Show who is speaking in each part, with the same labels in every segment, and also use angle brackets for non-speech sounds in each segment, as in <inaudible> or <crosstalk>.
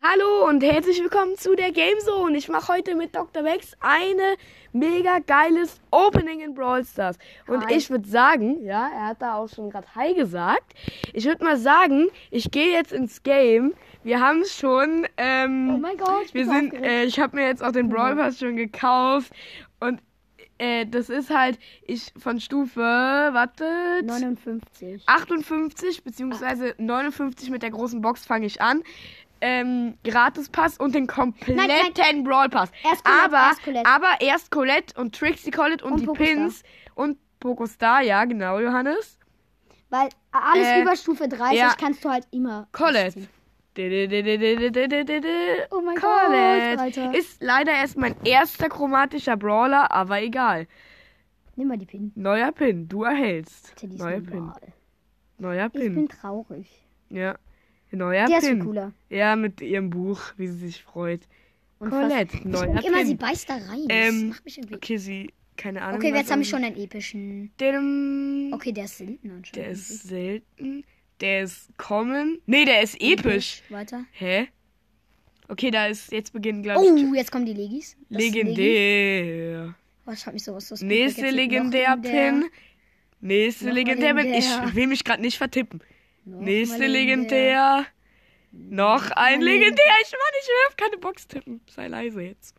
Speaker 1: Hallo und herzlich willkommen zu der Gamezone. Ich mache heute mit Dr. Max eine mega geiles Opening in Brawl Stars. Und
Speaker 2: Hi.
Speaker 1: ich würde sagen, ja, er hat da auch schon gerade Hi gesagt. Ich würde mal sagen, ich gehe jetzt ins Game. Wir haben schon, ähm,
Speaker 2: Oh mein Gott, ich
Speaker 1: wir
Speaker 2: bin so
Speaker 1: sind,
Speaker 2: aufgeregt. Mhm.
Speaker 1: äh, ich habe mir jetzt auch den Brawl Pass schon gekauft und äh, das ist halt, ich von Stufe, warte,
Speaker 2: 59.
Speaker 1: Ah, 58 beziehungsweise 59 mit der großen Box fange ich an. Ähm, Gratispass und den kompletten
Speaker 2: Nein,
Speaker 1: Brawl Pass.
Speaker 2: Erst Colette,
Speaker 1: aber,
Speaker 2: erst Colette.
Speaker 1: aber erst Colette und Trixie Colette und,
Speaker 2: Und
Speaker 1: die
Speaker 2: Pokostar.
Speaker 1: Pins und Pokostar, ja, genau, Johannes.
Speaker 2: Weil alles
Speaker 1: äh,
Speaker 2: über Stufe 30
Speaker 1: ja.
Speaker 2: kannst du halt immer.
Speaker 1: Colette.
Speaker 2: ausziehen.
Speaker 1: Oh
Speaker 2: Oh mein Gott, Alter.
Speaker 1: Ist leider erst mein erster chromatischer Brawler, aber egal.
Speaker 2: Nimm mal die Pin.
Speaker 1: Neuer Pin, du erhältst.
Speaker 2: Bitte, die ist
Speaker 1: Neuer Pin.
Speaker 2: normal.
Speaker 1: Neuer
Speaker 2: Ich
Speaker 1: Pin.
Speaker 2: bin traurig.
Speaker 1: Ja. Neuer
Speaker 2: Der ist
Speaker 1: Pin.
Speaker 2: viel cooler.
Speaker 1: Ja, mit ihrem Buch, wie sie sich freut.
Speaker 2: Und
Speaker 1: Colette,
Speaker 2: Ich
Speaker 1: neuer
Speaker 2: guck immer, sie
Speaker 1: Pin.
Speaker 2: beißt da rein.
Speaker 1: Ähm,
Speaker 2: das macht mich irgendwie.
Speaker 1: Okay, sie, keine Ahnung. also
Speaker 2: Okay,
Speaker 1: was
Speaker 2: jetzt habe ich
Speaker 1: und-
Speaker 2: schon einen epischen.
Speaker 1: Den,
Speaker 2: Okay, der ist selten anscheinend.
Speaker 1: der ist selten. Der ist common. Nee, der ist episch.
Speaker 2: Weiter.
Speaker 1: Hä? Okay, da ist, jetzt beginnen, glaube ich,
Speaker 2: Oh, jetzt kommen die Legis. Das ist Legi.
Speaker 1: legendär.
Speaker 2: Oh, ich hab mich sowas so
Speaker 1: Nächste Legendär-Pin. Nächste
Speaker 2: Noch
Speaker 1: Legendär-Pin.
Speaker 2: legendär.
Speaker 1: Ich will mich gerade nicht vertippen. Nächste Legendär. Noch ein
Speaker 2: Mann,
Speaker 1: Legendär. Ich Mann, ich will auf keine Box tippen. Sei leise jetzt.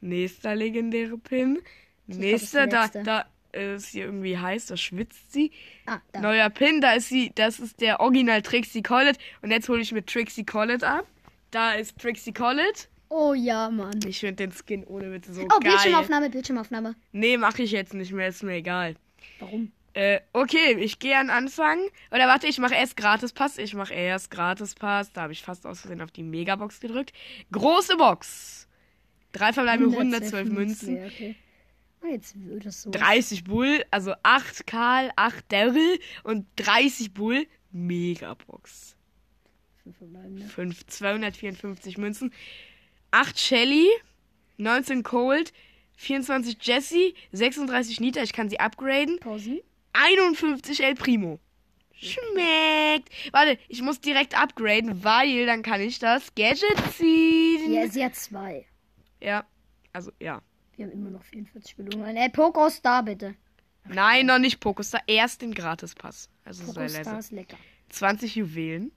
Speaker 1: Nächster legendäre Pin.
Speaker 2: das ist die
Speaker 1: Nächster, da,
Speaker 2: letzte.
Speaker 1: da ist hier irgendwie heiß, da schwitzt sie.
Speaker 2: Ah, da.
Speaker 1: Neuer Pin, da ist sie, das ist der Original Trixie Collett. Und jetzt hole ich mir Trixie Collett ab. Da ist Trixie Collett.
Speaker 2: Oh ja, Mann.
Speaker 1: Ich finde den Skin ohne Witze so
Speaker 2: Oh,
Speaker 1: geil.
Speaker 2: Bildschirmaufnahme, Bildschirmaufnahme.
Speaker 1: Nee, mache ich jetzt nicht mehr, ist mir egal.
Speaker 2: Warum?
Speaker 1: Äh, okay, ich gehe an Anfang. Oder warte, ich mache erst Gratispass. Ich mache erst Gratispass. Da habe ich fast aus Versehen auf die Megabox gedrückt. Große Box. Drei verbleibende 112 Münzen.
Speaker 2: Okay. Und jetzt wird es so.
Speaker 1: 30 Bull, also 8 Karl, 8 Daryl und 30 Bull. Megabox.
Speaker 2: verbleibende.
Speaker 1: 5, 254 Münzen. 8 Shelly, 19 Cold, 24 Jessie, 36 Nita. Ich kann sie upgraden.
Speaker 2: Pausen.
Speaker 1: 51 El Primo. Schmeckt. Warte, ich muss direkt upgraden, weil dann kann ich das Gadget ziehen.
Speaker 2: Ja, sie hat zwei.
Speaker 1: Ja. Also, ja.
Speaker 2: Wir haben immer noch 44 Belohnungen. Ey, Pokostar bitte.
Speaker 1: Nein, noch nicht Pokostar. Erst den Gratispass. Also sei
Speaker 2: Pokostar
Speaker 1: leise.
Speaker 2: ist lecker.
Speaker 1: 20 Juwelen.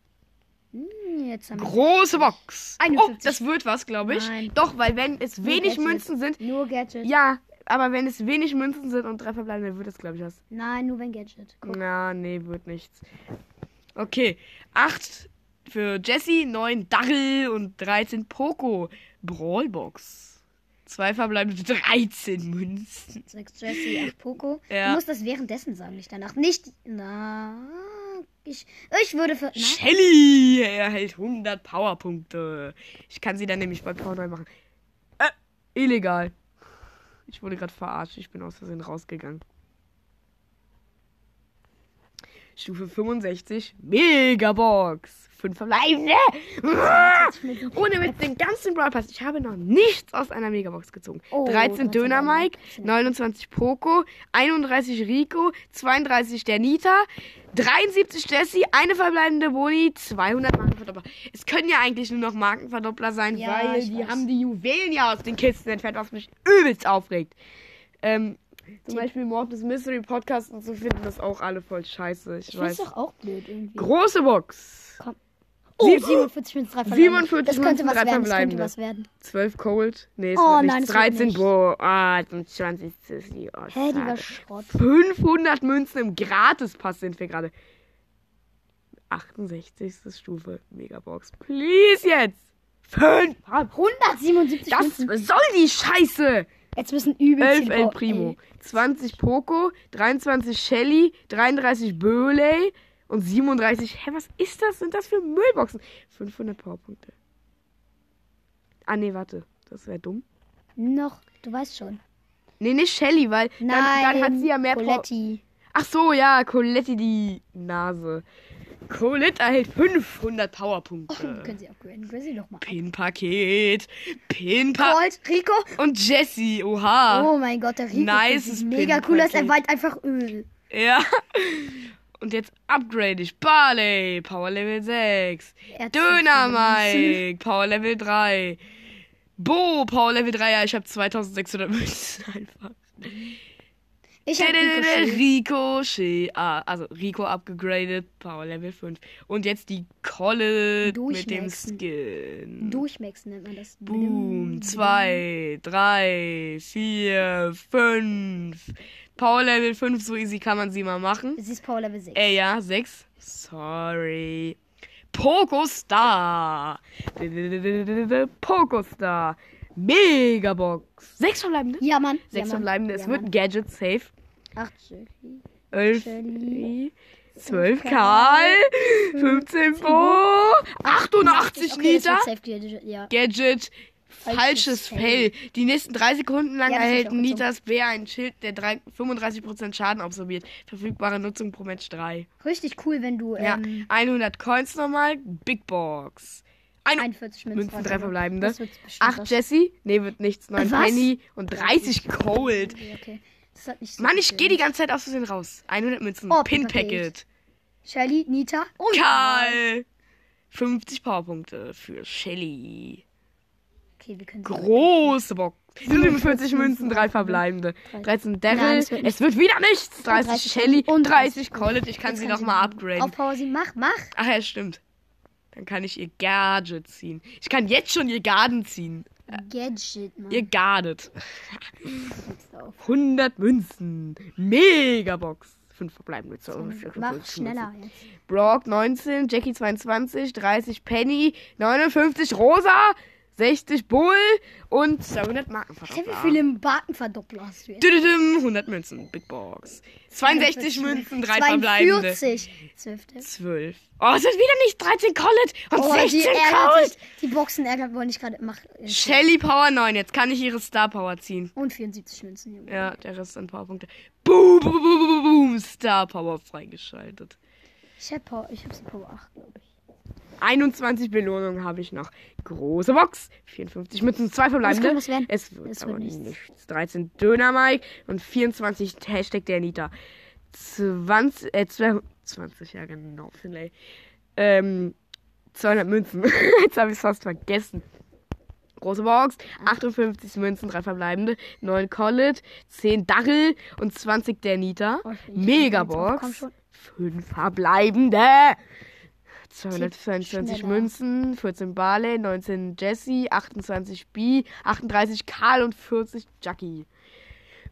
Speaker 2: Hm, Jetzt haben wir
Speaker 1: Große Box. Oh,
Speaker 2: 51.
Speaker 1: das wird was, glaube ich.
Speaker 2: Nein.
Speaker 1: Doch, weil wenn es wenig
Speaker 2: Gadget.
Speaker 1: Münzen sind.
Speaker 2: nur Gadget.
Speaker 1: Ja, aber wenn es wenig Münzen sind und drei verbleibende, wird es, glaube ich, was.
Speaker 2: Nein, nur wenn Gadget. Guck.
Speaker 1: Na, nee, wird nichts. Okay. 8 für Jesse, 9 Darrell und 13 Poco. Brawlbox. Zwei verbleibende 13 Münzen.
Speaker 2: 6 Jessie, 8 Poco.
Speaker 1: Ja.
Speaker 2: Du musst das währenddessen sagen, nicht danach. Nicht. Na. Ich, ich würde für. Na,
Speaker 1: Shelly erhält 100 Powerpunkte. Ich kann sie dann nämlich bei Power neu machen. Äh, illegal. Ich wurde gerade verarscht. Ich bin aus Versehen rausgegangen. Stufe 65. Megabox. Fünf verbleibende. Ohne mit den ganzen Brawl Pass. Ich habe noch nichts aus einer Megabox gezogen.
Speaker 2: Oh,
Speaker 1: 13
Speaker 2: du hast
Speaker 1: Döner
Speaker 2: aber-
Speaker 1: Mike, 29 Poco, 31 Rico, 32 der Nita, 73 Jessie, eine verbleibende Boni, 200 Markenverdoppler. Es können ja eigentlich nur noch Markenverdoppler sein,
Speaker 2: Ja,
Speaker 1: weil
Speaker 2: ich
Speaker 1: die
Speaker 2: weiß.
Speaker 1: haben die Juwelen ja aus den Kisten entfernt, was mich übelst aufregt. Ähm, zum Beispiel Mord des Mystery Podcast und so finden das auch alle voll scheiße. Ich,
Speaker 2: ich find's
Speaker 1: weiß.
Speaker 2: doch auch blöd irgendwie.
Speaker 1: Große Box.
Speaker 2: Oh,
Speaker 1: Sieb-
Speaker 2: 47 Münzen, 3
Speaker 1: 47
Speaker 2: Das könnte
Speaker 1: Münzen,
Speaker 2: was
Speaker 1: drei
Speaker 2: werden. Das könnte
Speaker 1: verbleibende.
Speaker 2: was werden.
Speaker 1: 12 Cold. Nee, es
Speaker 2: Oh,
Speaker 1: wird
Speaker 2: nein,
Speaker 1: nichts.
Speaker 2: es wird
Speaker 1: 13
Speaker 2: nichts.
Speaker 1: Bo. Ah, jetzt sind 20 Sissi. Oh,
Speaker 2: Hä, die war
Speaker 1: schade.
Speaker 2: Schrott.
Speaker 1: 500 Münzen im Gratispass sind wir gerade. 68. Stufe. Megabox. Please jetzt. 5.
Speaker 2: 177
Speaker 1: Das
Speaker 2: Münzen.
Speaker 1: soll die Scheiße.
Speaker 2: Jetzt müssen übel
Speaker 1: 11
Speaker 2: viele
Speaker 1: El
Speaker 2: Bau-
Speaker 1: Primo.
Speaker 2: Ey,
Speaker 1: 20 Poco. 23 Shelly. 33 Burley. Und 37. Hä, was ist das? Sind das für Müllboxen? 500 Powerpunkte. Ah, nee, warte. Das wäre dumm.
Speaker 2: Noch, du weißt schon.
Speaker 1: Nee, nicht Shelly, weil dann,
Speaker 2: Nein.
Speaker 1: dann hat sie ja mehr Pro
Speaker 2: Coletti.
Speaker 1: Ach so, ja, Coletti die Nase. Colette erhält 500
Speaker 2: Oh, wir
Speaker 1: Powerpunkte.
Speaker 2: können sie upgraden. Können sie noch mal.
Speaker 1: Pin-Paket. Pin-Paket.
Speaker 2: Gold, Rico.
Speaker 1: Und Jessie, oha.
Speaker 2: Oh mein Gott, der Rico.
Speaker 1: Nice
Speaker 2: ist
Speaker 1: Pin-
Speaker 2: mega cool, dass er
Speaker 1: Paket.
Speaker 2: weit einfach Öl.
Speaker 1: Ja. <laughs> Und jetzt upgrade ich Barley, Power Level 6.
Speaker 2: Er hat
Speaker 1: Döner
Speaker 2: fünf
Speaker 1: Mike, Power Level 3. Bo, Power Level 3. Ja, ich habe 2600 Münzen <laughs> einfach.
Speaker 2: Münzen. Ich hab Ricochet.
Speaker 1: Ricochet. Ah, also Rico abgegradet, Power Level 5. Und jetzt die Kolle mit dem
Speaker 2: Durchmaxen.
Speaker 1: Skin.
Speaker 2: Durchmaxen nennt man das.
Speaker 1: Boom. 2, 3, 4, 5. Power Level 5, so easy kann man sie mal machen.
Speaker 2: Sie ist Power Level 6.
Speaker 1: Äh, ja, 6. Sorry. Pokostar. Pokostar. Megabox. 6 verbleibende?
Speaker 2: Ja, Mann.
Speaker 1: 6
Speaker 2: ja, Mann.
Speaker 1: verbleibende. Es
Speaker 2: ja,
Speaker 1: wird ein
Speaker 2: Mann.
Speaker 1: Gadget safe.
Speaker 2: Ach, Jackie.
Speaker 1: 11, 12 Karl, 15 Bo, 88
Speaker 2: okay, das
Speaker 1: Liter.
Speaker 2: wird safe getötet, ja.
Speaker 1: Gadget, falsches
Speaker 2: Falsches
Speaker 1: Fell. Die nächsten drei Sekunden lang
Speaker 2: Ja, das hab ich
Speaker 1: erhält
Speaker 2: auch gezogen.
Speaker 1: Nitas Bär ein Schild, der drei- 35% Schaden absorbiert. Verfügbare Nutzung pro Match 3.
Speaker 2: Richtig cool, wenn du
Speaker 1: Ja,
Speaker 2: ähm,
Speaker 1: 100 Coins nochmal, Big Box. Ein
Speaker 2: 41 Münzen
Speaker 1: Münzen, ne? drei
Speaker 2: hast.
Speaker 1: verbleibende.
Speaker 2: ne? Das wird's bestimmt
Speaker 1: 8
Speaker 2: was.
Speaker 1: Jesse, nee, wird nichts, 9
Speaker 2: Was?
Speaker 1: Penny und 30 Cold.
Speaker 2: Ja, Okay. Das hat nicht so
Speaker 1: Mann, ich
Speaker 2: viel.
Speaker 1: gehe die ganze Zeit aus Versehen raus. 100 Münzen,
Speaker 2: Oh,
Speaker 1: Pin
Speaker 2: Pin-Packet.
Speaker 1: Packet.
Speaker 2: Shelly, Nita und
Speaker 1: Karl! 50 Powerpunkte für Shelly.
Speaker 2: Okay, wir können
Speaker 1: Große Box. 47 Münzen, drei verbleibende. 13 Daryl.
Speaker 2: Nein,
Speaker 1: Es
Speaker 2: es wird
Speaker 1: wird, wieder nichts. 30,
Speaker 2: 30
Speaker 1: Shelly
Speaker 2: und
Speaker 1: und 30
Speaker 2: 30
Speaker 1: Colette. Ich kann
Speaker 2: Jetzt
Speaker 1: sie
Speaker 2: kann sie
Speaker 1: nochmal upgraden.
Speaker 2: Auf Power 7, mach, mach.
Speaker 1: Ach ja, stimmt. Dann kann ich ihr Gadget ziehen. Ich kann jetzt schon ihr Garden ziehen.
Speaker 2: Gadget, Mann.
Speaker 1: Ihr Gardet.
Speaker 2: Jetzt auf.
Speaker 1: 100 Münzen. Megabox. 5 verbleibende. zwei und vier-
Speaker 2: Mach
Speaker 1: fünf-
Speaker 2: schneller jetzt.
Speaker 1: Brock 19, Jackie 22, 30 Penny, 59 Rosa, 60 Bull und 200 Marken.
Speaker 2: Hey, wie viele Bakenverdoppler hast du jetzt?
Speaker 1: Düdüdüm, 100 Münzen, Big Box. 62 Münzen, 3 verbleibende.
Speaker 2: 42. Zwölfte.
Speaker 1: 12. Oh, es wird wieder nicht 13 Collet und
Speaker 2: Oh, die
Speaker 1: 16
Speaker 2: ärgert
Speaker 1: Colt.
Speaker 2: sich. Die Boxen ärgert wollen ich gerade. Mach. äh,
Speaker 1: Shelly Power 9, jetzt kann ich ihre Star Power ziehen.
Speaker 2: Und 74 Münzen, Junge.
Speaker 1: Ja, der Rest sind Powerpunkte. Boom, boom, boom, boom, boom, Star Power freigeschaltet.
Speaker 2: Ich hab Power, ich hab so Power 8, glaube ich.
Speaker 1: 21 Belohnungen habe ich noch. Große Box. 54 Münzen, zwei verbleibende.
Speaker 2: Es kann was werden.
Speaker 1: Es wird
Speaker 2: Es wird
Speaker 1: aber nichts.
Speaker 2: nichts.
Speaker 1: 13 Döner Mike und 24 Hashtag der Anita. 20, äh, 20, ja genau, Finlay. Ähm, 200 Münzen. <laughs> Jetzt habe ich es fast vergessen. Große Box,
Speaker 2: Ah.
Speaker 1: 58 Münzen, drei verbleibende, 9 Collet, 10 Dachel und 20 der Nita.
Speaker 2: Oh, ich- ich- jetzt auf, komm
Speaker 1: Megabox,
Speaker 2: schon.
Speaker 1: 5 verbleibende.
Speaker 2: Schneller.
Speaker 1: 225 Münzen, 14 Barley, 19 Jesse, 28 B, 38 Karl und 40 Jackie.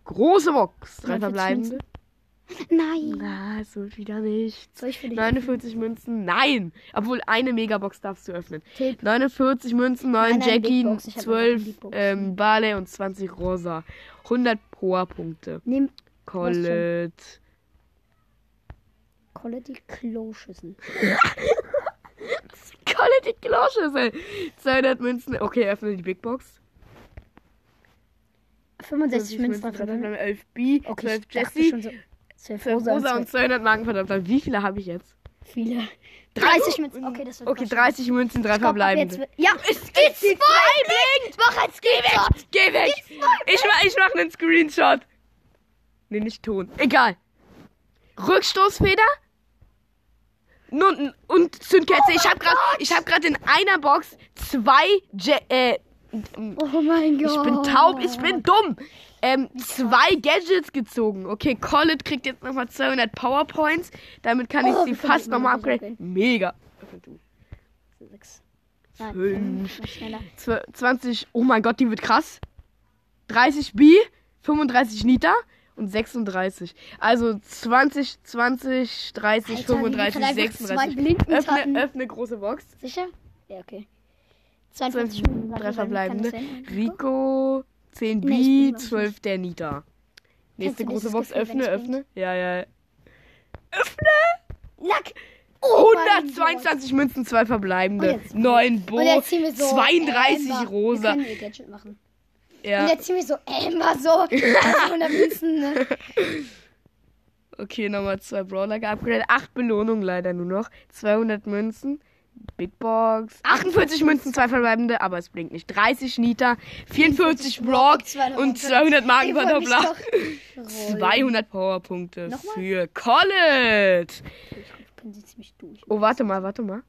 Speaker 1: Große Box, drei
Speaker 2: 49
Speaker 1: verbleibende.
Speaker 2: Nein.
Speaker 1: Na, es wird wieder nichts.
Speaker 2: Soll ich für dich?
Speaker 1: 49 Münzen, nein! Obwohl, eine Megabox darfst du öffnen.
Speaker 2: Tipp.
Speaker 1: 49 Münzen, 9
Speaker 2: Nein, nein,
Speaker 1: Jackie,
Speaker 2: Big Box. Ich hab auch
Speaker 1: 12
Speaker 2: Big Box.
Speaker 1: ähm, Barley und 20 Rosa. 100 Poa-Punkte.
Speaker 2: Nimm
Speaker 1: Colette.
Speaker 2: Kolle die Kloschüssel.
Speaker 1: Also, Kolle die Kloschüssel. 200 Münzen. Okay, öffne die Big Box. Also,
Speaker 2: 65 Münzen drauf.
Speaker 1: verdammt. 11 B,
Speaker 2: Okay,
Speaker 1: 12
Speaker 2: ich dachte
Speaker 1: Jesse,
Speaker 2: schon so. 12
Speaker 1: 12
Speaker 2: Rosa,
Speaker 1: Rosa und 200 Marken verdammt. Dann Wie viele habe ich jetzt? <laughs>
Speaker 2: viele. 30 Münzen. Okay, das wird
Speaker 1: Okay,
Speaker 2: wahrscheinlich-
Speaker 1: 30 Münzen, drei
Speaker 2: Ich glaub, ab jetzt
Speaker 1: verbleibende.
Speaker 2: wird- Ja,
Speaker 1: Es gibt zwei Blinks!
Speaker 2: mach jetzt Screenshot.
Speaker 1: Geh weg! Ich, ma- ich mache einen Screenshot. Nee, nicht Ton. Egal. Rückstoßfeder. Nun, und Zündkerze.
Speaker 2: Oh
Speaker 1: ich habe gerade hab grad in einer Box zwei Je äh,
Speaker 2: Oh mein Gott.
Speaker 1: Ich bin taub, ich bin dumm. Ähm, zwei Gadgets gezogen. Okay, Collet kriegt jetzt nochmal 200 Powerpoints. Damit kann ich
Speaker 2: Oh,
Speaker 1: sie
Speaker 2: wir
Speaker 1: fast
Speaker 2: können
Speaker 1: nochmal
Speaker 2: die Powerpoints
Speaker 1: upgraden. Mega. Du.
Speaker 2: Sechs. Nein,
Speaker 1: Fünf.
Speaker 2: mach schneller.
Speaker 1: Zw- 20, oh mein Gott, die wird krass. 30 B, 35 Nita und 36. Also 20, 20, 30,
Speaker 2: Alter, Halt, die
Speaker 1: 35,
Speaker 2: hat einfach Zwei
Speaker 1: 36.
Speaker 2: blinden Tatten.
Speaker 1: Öffne, öffne große Box.
Speaker 2: Sicher? Ja, okay.
Speaker 1: 12,
Speaker 2: 52
Speaker 1: Also
Speaker 2: Minuten.
Speaker 1: drei
Speaker 2: Warte, kann
Speaker 1: verbleibende.
Speaker 2: das sein?
Speaker 1: Rico, 10
Speaker 2: Nee, ich bin
Speaker 1: B,
Speaker 2: noch nicht.
Speaker 1: 12 der Nita. Nächste
Speaker 2: du
Speaker 1: große
Speaker 2: dieses
Speaker 1: Box,
Speaker 2: Gefühl,
Speaker 1: öffne,
Speaker 2: wenn's
Speaker 1: öffne. Ja, ja.
Speaker 2: Lack! Oh mein
Speaker 1: 122 Münzen, zwei
Speaker 2: Und
Speaker 1: verbleibende.
Speaker 2: jetzt-
Speaker 1: 9 Bo,
Speaker 2: Und jetzt ziehen wir so.
Speaker 1: 32
Speaker 2: Amber.
Speaker 1: Rosa.
Speaker 2: Wir können ihr Gadget machen. Und
Speaker 1: Ja.
Speaker 2: jetzt ziehen wir so Amber so. 100 Münzen. Ne?
Speaker 1: <laughs> Okay, nochmal zwei Brawler geupgradet. Acht Belohnungen leider nur noch. 200 Münzen, Big Box. 48 Münzen, zwei verbleibende, aber es blinkt nicht. 30 Nita, 44 Block und 200 Marken
Speaker 2: Ey, wollt mich
Speaker 1: Verdopplung.
Speaker 2: doch- Rollen.
Speaker 1: 200 Powerpunkte
Speaker 2: Nochmal?
Speaker 1: für Collet.
Speaker 2: Ich bin jetzt ziemlich durch.
Speaker 1: Oh, warte mal, warte mal.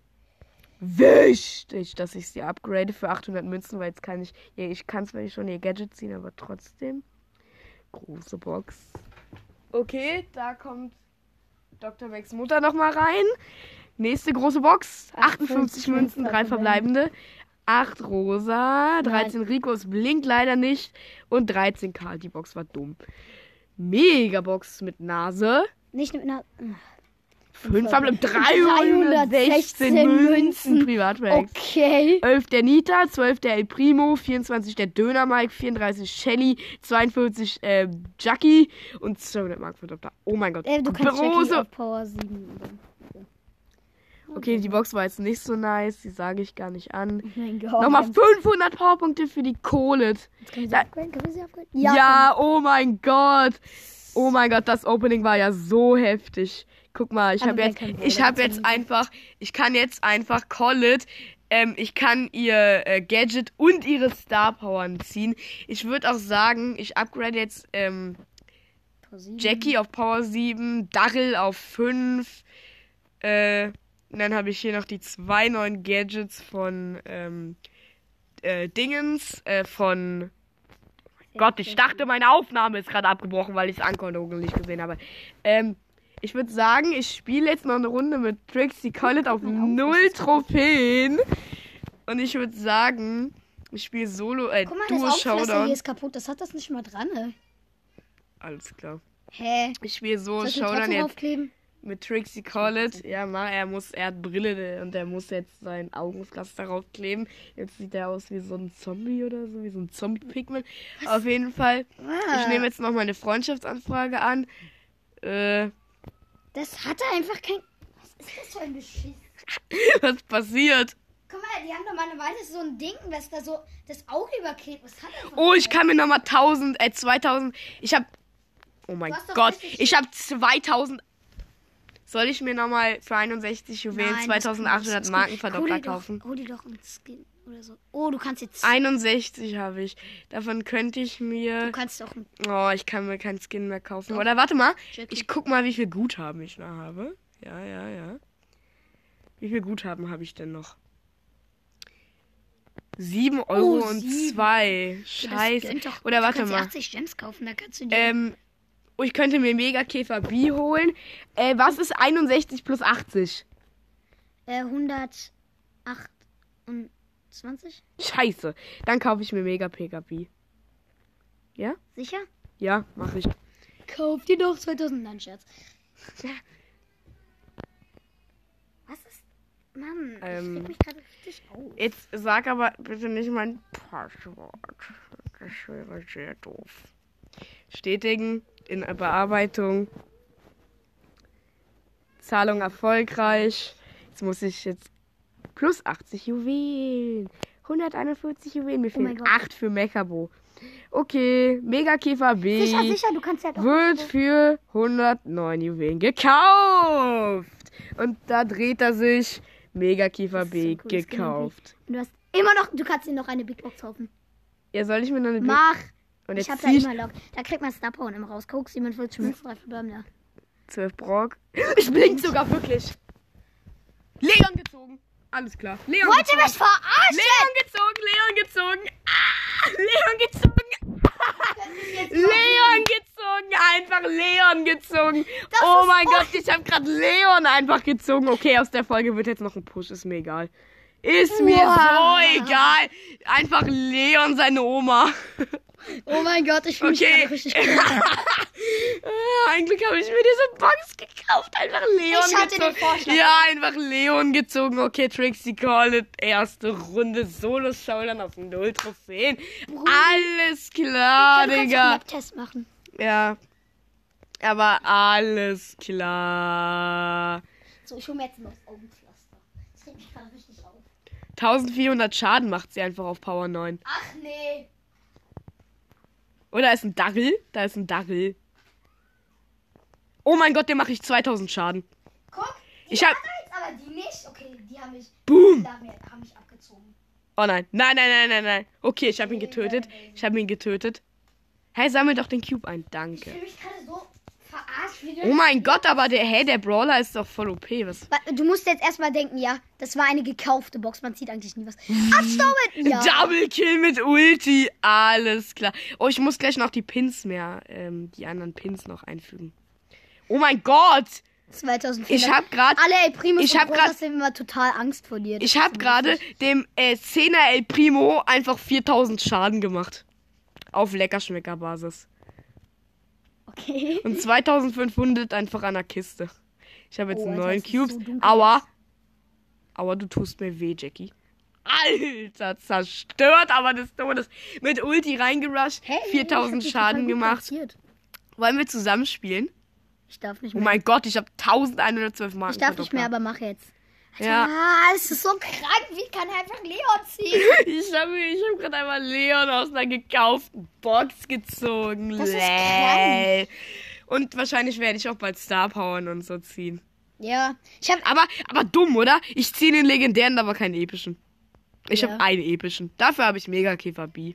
Speaker 1: Wichtig, dass ich sie upgrade für 800 Münzen, weil jetzt kann ich, ja, ich kann zwar schon ihr Gadget ziehen, aber trotzdem. Große Box. Okay, da kommt Dr. Max Mutter nochmal rein. Nächste große Box. 58 Münzen, drei verbleibende. 8 Rosa, 13 Ricos blinkt leider nicht und 13 Karl. Die Box war dumm. Megabox mit Nase.
Speaker 2: Nicht mit einer.
Speaker 1: Fünf haben 316
Speaker 2: 316
Speaker 1: Münzen
Speaker 2: Münzen.
Speaker 1: Privatrank.
Speaker 2: Okay.
Speaker 1: 11 der Nita, 12 der El Primo, 24 der Döner Mike, 34 Shelly, 42 äh, Jackie und 200 Mark für Dr. Oh mein Gott.
Speaker 2: Ey, Äh, du kannst Jackie
Speaker 1: Rose.
Speaker 2: auf Power 7. machen.
Speaker 1: Okay, die Box war jetzt nicht so nice, die sage ich gar nicht an.
Speaker 2: Oh mein Gott.
Speaker 1: Nochmal 500 Powerpunkte für die Kohle.
Speaker 2: Jetzt Können wir sie
Speaker 1: Da-
Speaker 2: upgraden? Können wir sie upgraden?
Speaker 1: Ja, oh mein Gott. Oh mein Gott, das Opening war ja so heftig. Guck mal, ich
Speaker 2: Aber
Speaker 1: habe
Speaker 2: wer
Speaker 1: jetzt,
Speaker 2: kann wohl
Speaker 1: ich habe
Speaker 2: dazu
Speaker 1: jetzt
Speaker 2: nicht?
Speaker 1: einfach, ich kann jetzt einfach Collet, ähm, ich kann ihr äh, Gadget und ihre Star Powern ziehen. Ich würde auch sagen, ich upgrade jetzt ähm,
Speaker 2: Power 7.
Speaker 1: Jackie auf Power 7, Darrell auf 5. Äh, und dann habe ich hier noch die zwei neuen Gadgets von ähm, äh, Dingens, äh, von Gott, ich dachte, meine Aufnahme ist gerade abgebrochen, weil ich das Ankündigung nicht gesehen habe. Ähm, ich würde sagen, ich spiele jetzt noch eine Runde mit Trixie Collett auf
Speaker 2: Meine Augen
Speaker 1: null Trophäen. Und ich würde sagen, ich spiele Solo, äh,
Speaker 2: Guck mal,
Speaker 1: Duo
Speaker 2: das Aufpflaster hier
Speaker 1: Showdown.
Speaker 2: ist kaputt. Das hat das nicht mal dran, ne?
Speaker 1: Alles klar.
Speaker 2: Hä?
Speaker 1: Ich spiele Solo
Speaker 2: Soll ich ihn
Speaker 1: Showdown
Speaker 2: trotzdem
Speaker 1: jetzt
Speaker 2: aufkleben?
Speaker 1: mit Trixie Collett. Ja, ma, er muss, er hat Brille ne, und er muss jetzt sein Augenpflaster draufkleben. Jetzt sieht er aus wie so ein Zombie oder so, wie so ein Zombie-Pigment. Auf jeden Fall.
Speaker 2: Ah.
Speaker 1: Ich nehme jetzt noch meine Freundschaftsanfrage an. Äh, <laughs>
Speaker 2: Ah, Das hatte einfach kein. Was ist das für ein Beschiss?
Speaker 1: was passiert?
Speaker 2: Guck mal, die haben doch mal eine Weile so ein Ding, was da so das Auge überklebt. Was hat das? für-
Speaker 1: Oh, ich kann mir nochmal 1000, äh, 2000. Ich hab. Oh mein
Speaker 2: Du hast doch
Speaker 1: Gott.
Speaker 2: richtig-
Speaker 1: Ich hab 2000. Soll ich mir nochmal für 61 Juwelen
Speaker 2: Nein, das kann-
Speaker 1: 2800
Speaker 2: das
Speaker 1: Marken
Speaker 2: kann-
Speaker 1: verdoppler
Speaker 2: hol dir doch-
Speaker 1: kaufen?
Speaker 2: Hol dir doch einen Skin oder so. Oh, du kannst jetzt.
Speaker 1: 61 habe ich. Davon könnte ich
Speaker 2: Du
Speaker 1: mir.
Speaker 2: kannst auch einen.
Speaker 1: Oh, ich kann mir keinen Skin mehr kaufen. Oder warte mal.
Speaker 2: Jackie.
Speaker 1: Ich guck mal, wie viel Guthaben ich noch habe. Ja, ja, ja. Wie viel Guthaben habe ich denn noch? 7 Euro und
Speaker 2: Oh, sieben.
Speaker 1: 2.
Speaker 2: Das
Speaker 1: Scheiße.
Speaker 2: gönnt doch-
Speaker 1: Oder
Speaker 2: du
Speaker 1: warte
Speaker 2: kannst dir
Speaker 1: mal.
Speaker 2: 80 Gems kaufen, da kannst du dir.
Speaker 1: Ähm, oh, ich könnte mir Megakäfer B holen. Äh, was ist 61 plus 80?
Speaker 2: Äh, 128?
Speaker 1: Scheiße. Dann kaufe ich mir Mega Pega B. Ja?
Speaker 2: Sicher?
Speaker 1: Ja, mache ich.
Speaker 2: Kauf dir doch 2000. Nein, Scherz. <laughs> Was ist. Mann,
Speaker 1: Ähm.
Speaker 2: ich reg mich gerade richtig auf.
Speaker 1: Jetzt sag aber bitte nicht mein Passwort. Das wäre sehr doof. Stetigen in Bearbeitung. Zahlung erfolgreich. Jetzt muss ich jetzt plus 80 Juwelen. 141 Juwelen. Mir
Speaker 2: Oh mein
Speaker 1: fehlen
Speaker 2: Gott.
Speaker 1: 8 für Mekabo. Okay, Megakäfer B
Speaker 2: Sicher, sicher, du kannst halt auch.
Speaker 1: wird für 109 Juwelen gekauft. Und da dreht er sich. Megakäfer
Speaker 2: Das ist so
Speaker 1: B
Speaker 2: ein cooles
Speaker 1: gekauft.
Speaker 2: Du hast immer noch. Du kannst dir noch eine Big Box kaufen.
Speaker 1: Ja, soll ich mir noch eine Bi-
Speaker 2: Mach!
Speaker 1: Und
Speaker 2: Ich
Speaker 1: jetzt
Speaker 2: hab da
Speaker 1: zieh ich Hm.
Speaker 2: immer Log. Da kriegt man Star Power immer raus. Guck, 47 Münzen, 3 Verbleibende.
Speaker 1: 12 Brock. <laughs> Ich blink sogar wirklich. Leon gezogen. Alles klar. Leon
Speaker 2: Wollt
Speaker 1: gezogen.
Speaker 2: ihr mich verarschen?
Speaker 1: Leon gezogen, Leon gezogen. Ah, Leon gezogen. Leon gezogen, einfach Leon gezogen. oh
Speaker 2: ist
Speaker 1: mein Gott, ich habe gerade Leon einfach gezogen. Okay, aus der Folge wird jetzt noch ein Push, ist mir egal. Ist mir
Speaker 2: Wow.
Speaker 1: so egal. Einfach Leon, seine Oma.
Speaker 2: Oh mein Gott, ich fühle mich
Speaker 1: Okay. <laughs>
Speaker 2: gerade richtig <laughs> gut.
Speaker 1: Ah, Ein Glück habe ich mir diese Box gekauft. Einfach Leon
Speaker 2: Ich hatte den
Speaker 1: gezogen.
Speaker 2: Vorschlag.
Speaker 1: Ja, einfach Leon gezogen. Okay, Trixie Call it. Erste Runde solo showdown auf null Trophäen. Alles klar,
Speaker 2: du kannst
Speaker 1: Ah, Digga.
Speaker 2: einen Test machen.
Speaker 1: Ja. Aber alles klar.
Speaker 2: So, ich hole mir jetzt noch das Augenpflaster. Das regt mich gerade richtig auf.
Speaker 1: 1400 Schaden macht sie einfach auf Power 9.
Speaker 2: Ach nee.
Speaker 1: Oder ist ein Dachel? Da ist ein Dachel. Oh mein Gott, dem mache ich 2000 Schaden.
Speaker 2: Guck.
Speaker 1: Ich hab.
Speaker 2: Eins
Speaker 3: aber die nicht. Okay, die haben mich.
Speaker 1: Boom.
Speaker 3: Die haben mich, haben mich abgezogen.
Speaker 1: Oh nein. Nein, nein, nein, nein, nein. Okay, ich habe ihn getötet. Ich habe ihn getötet. Hey, sammel doch den Cube ein.
Speaker 3: Ich
Speaker 1: Danke.
Speaker 3: fühle mich gerade so verarscht wie du.
Speaker 1: Oh mein Gott, aber der, hey, der Brawler ist doch voll OP. Was?
Speaker 2: Wa- Du musst jetzt erstmal denken, ja, das war eine gekaufte Box. Man sieht
Speaker 1: <laughs>
Speaker 2: eigentlich nie was. Abstauben! Ja.
Speaker 1: Double Kill mit Ulti. Alles klar. Oh, ich muss gleich noch die Pins mehr, ähm, die anderen Pins noch einfügen. Oh mein Gott.
Speaker 2: 2004.
Speaker 1: Ich habe gerade
Speaker 2: Genau. Alle El Ah, Primus
Speaker 1: Ich
Speaker 2: und
Speaker 1: hab grad-
Speaker 2: Brothers haben immer total Angst vor dir. Das
Speaker 1: Ich
Speaker 2: ist
Speaker 1: habe
Speaker 2: so
Speaker 1: gerade
Speaker 2: lustig.
Speaker 1: dem äh, 10er El Primo einfach 4000 Schaden gemacht. Auf Leckerschmecker-Basis.
Speaker 2: Okay. <laughs>
Speaker 1: Und 2500 einfach an der Kiste. Ich habe jetzt
Speaker 2: Oh,
Speaker 1: einen
Speaker 2: Alter,
Speaker 1: neuen
Speaker 2: das ist so
Speaker 1: Cubes.
Speaker 2: dunkel
Speaker 1: Aua. Aua, du tust mir weh, Jackie. Alter, zerstört, aber des Todes. Mit Ulti reingerusht,
Speaker 2: Hey, ich hab
Speaker 1: 4000
Speaker 2: dich
Speaker 1: Schaden
Speaker 2: total gut
Speaker 1: gemacht.
Speaker 2: platziert.
Speaker 1: Wollen wir zusammenspielen?
Speaker 2: Ich darf nicht
Speaker 1: Oh
Speaker 2: mehr.
Speaker 1: mein Gott, ich habe 1112 Marken.
Speaker 2: ich darf nicht mehr, aber mach jetzt.
Speaker 1: Ja,
Speaker 2: Ah, es ist so krass.
Speaker 3: Krank, wie kann er einfach Leon ziehen?
Speaker 1: <laughs> ich habe ich hab gerade einmal Leon aus einer gekauften Box gezogen.
Speaker 2: Das ist
Speaker 1: Lel. Und wahrscheinlich werde ich auch bald Star Powern und so ziehen.
Speaker 2: Ja. Ich hab.
Speaker 1: Aber, aber dumm, oder? Ich ziehe den legendären, aber keinen epischen. Ich
Speaker 2: Ja.
Speaker 1: habe einen epischen. Dafür habe ich Megakäfer B.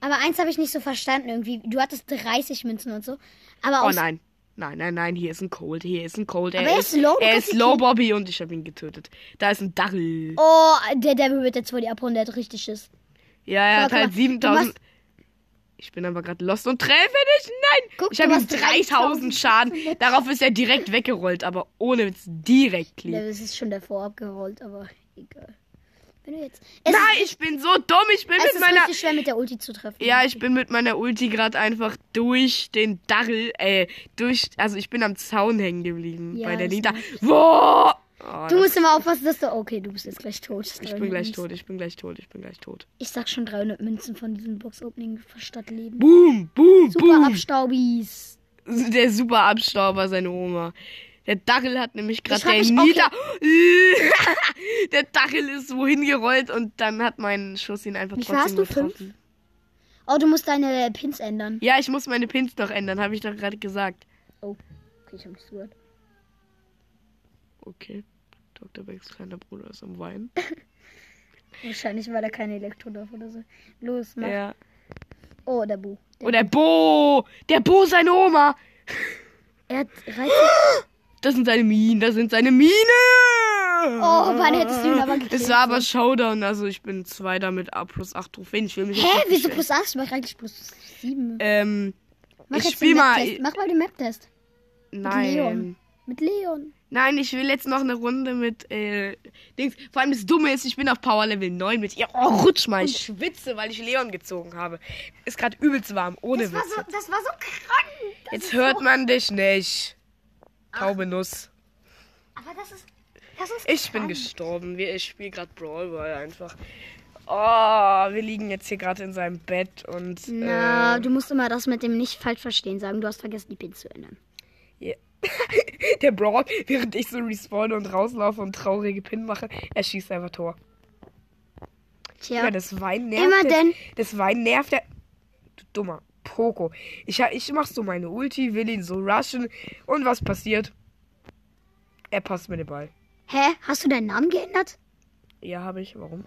Speaker 2: Aber eins habe ich nicht so verstanden irgendwie. Du hattest 30 Münzen und so. Aber
Speaker 1: Oh
Speaker 2: aus
Speaker 1: nein. Nein, nein, nein, hier ist ein Cold, hier ist ein Cold.
Speaker 2: Aber er ist low, du
Speaker 1: er
Speaker 2: kannst
Speaker 1: ist
Speaker 2: ihn
Speaker 1: low
Speaker 2: killen.
Speaker 1: Bobby und ich habe ihn getötet. Da ist ein Dachel.
Speaker 2: Oh, der Devil wird jetzt wohl die abholen, der hat richtig Schiss.
Speaker 1: ja, er
Speaker 2: guck
Speaker 1: hat
Speaker 2: mal,
Speaker 1: halt
Speaker 2: du
Speaker 1: 7000.
Speaker 2: machst-
Speaker 1: Ich bin aber gerade lost und treffe nicht. Nein!
Speaker 2: Guck,
Speaker 1: ich habe
Speaker 2: du
Speaker 1: ihm
Speaker 2: hast
Speaker 1: 3000 Schaden. Darauf ist er direkt weggerollt, aber ohne Witz direkt clean.
Speaker 2: Der ist schon davor abgerollt, aber egal. Wenn du jetzt. Es
Speaker 1: Nein,
Speaker 2: ist,
Speaker 1: ich bin so dumm. Ich bin
Speaker 2: es
Speaker 1: mit
Speaker 2: ist
Speaker 1: meiner
Speaker 2: richtig schwer mit der Ulti zu treffen.
Speaker 1: Ja, ich bin mit meiner Ulti gerade einfach durch den Dachel, äh, durch, also ich bin am Zaun hängen geblieben
Speaker 2: Ja,
Speaker 1: bei der
Speaker 2: das
Speaker 1: Nita. Boah! Oh,
Speaker 2: Du
Speaker 1: das-
Speaker 2: musst immer aufpassen, dass du. Okay, du bist jetzt gleich tot. Ähm,
Speaker 1: ich bin gleich tot, ich bin gleich tot, ich bin gleich tot.
Speaker 2: Ich sag schon 300 Münzen von diesem Box-Opening verstatt leben.
Speaker 1: Boom, boom,
Speaker 2: Super
Speaker 1: boom.
Speaker 2: Abstaubis.
Speaker 1: Der super Abstauber, seine Oma. Der Dachel hat nämlich gerade
Speaker 2: Ich frag
Speaker 1: der
Speaker 2: mich,
Speaker 1: Nita. <laughs> der Dachel ist wohin gerollt und dann hat mein Schuss ihn einfach
Speaker 2: Wie viel
Speaker 1: trotzdem
Speaker 2: hast du?
Speaker 1: getroffen.
Speaker 2: Oh, du musst deine Pins ändern.
Speaker 1: Ja, ich muss meine Pins noch ändern, habe ich doch gerade gesagt.
Speaker 2: Oh, okay, ich hab nichts gehört.
Speaker 1: Okay. Dr. Becks kleiner Bruder ist am Weinen.
Speaker 2: Wahrscheinlich war da kein Elektro drauf oder so. Los, mach.
Speaker 1: Ja.
Speaker 2: Oh, der Bu. Der-
Speaker 1: Oder Bo! Der Bo, seine Oma!
Speaker 2: Er hat 13.
Speaker 1: Das sind seine Minen, das sind seine Minen!
Speaker 2: Oh, wann hättest du ihn aber gekillt?
Speaker 1: Es war aber Showdown, also ich bin Zweiter mit A plus 8 Trophäen. Ich will mich
Speaker 2: Hä?
Speaker 1: jetzt nicht
Speaker 2: Wieso
Speaker 1: beschweren.
Speaker 2: plus 8? Ich mach eigentlich plus 7.
Speaker 1: Ähm,
Speaker 2: Mach
Speaker 1: ich
Speaker 2: jetzt
Speaker 1: spiel
Speaker 2: den
Speaker 1: mal.
Speaker 2: Map-Test. Mach mal den Map-Test.
Speaker 1: Nein.
Speaker 2: Leon. Mit Leon.
Speaker 1: Nein, ich will jetzt noch eine Runde mit äh, Dings. Vor allem das Dumme ist, ich bin auf Power Level 9 mit ihr. Oh, rutsch mal. Ich schwitze, weil ich Leon gezogen habe. Ist gerade übelst warm, ohne
Speaker 3: Das war
Speaker 1: Witze.
Speaker 3: so, das war so krank. Das
Speaker 1: jetzt
Speaker 3: ist
Speaker 1: hört
Speaker 3: so,
Speaker 1: man dich nicht. Taube Nuss.
Speaker 3: Aber das ist. Das ist
Speaker 1: Ich bin
Speaker 3: krank.
Speaker 1: gestorben. Wir- Ich spiele gerade Brawl Ball einfach. Oh, wir liegen jetzt hier gerade in seinem Bett und.
Speaker 2: Na,
Speaker 1: äh,
Speaker 2: du musst immer das mit dem nicht falsch verstehen sagen. Du hast vergessen, die Pins zu ändern.
Speaker 1: ja. äh, Der Brawl, während ich so respawne und rauslaufe und traurige Pin mache, er schießt einfach Tor.
Speaker 2: Tja.
Speaker 1: Ja, das Wein nervt.
Speaker 2: Immer
Speaker 1: jetzt.
Speaker 2: denn-
Speaker 1: Das Wein nervt. Der, du dummer Poco. Ich, ha- ich mach so meine Ulti, will ihn so rushen und was passiert? Er passt mir den Ball.
Speaker 2: Hä? Hast du deinen Namen geändert?
Speaker 1: Ja, habe ich. Warum?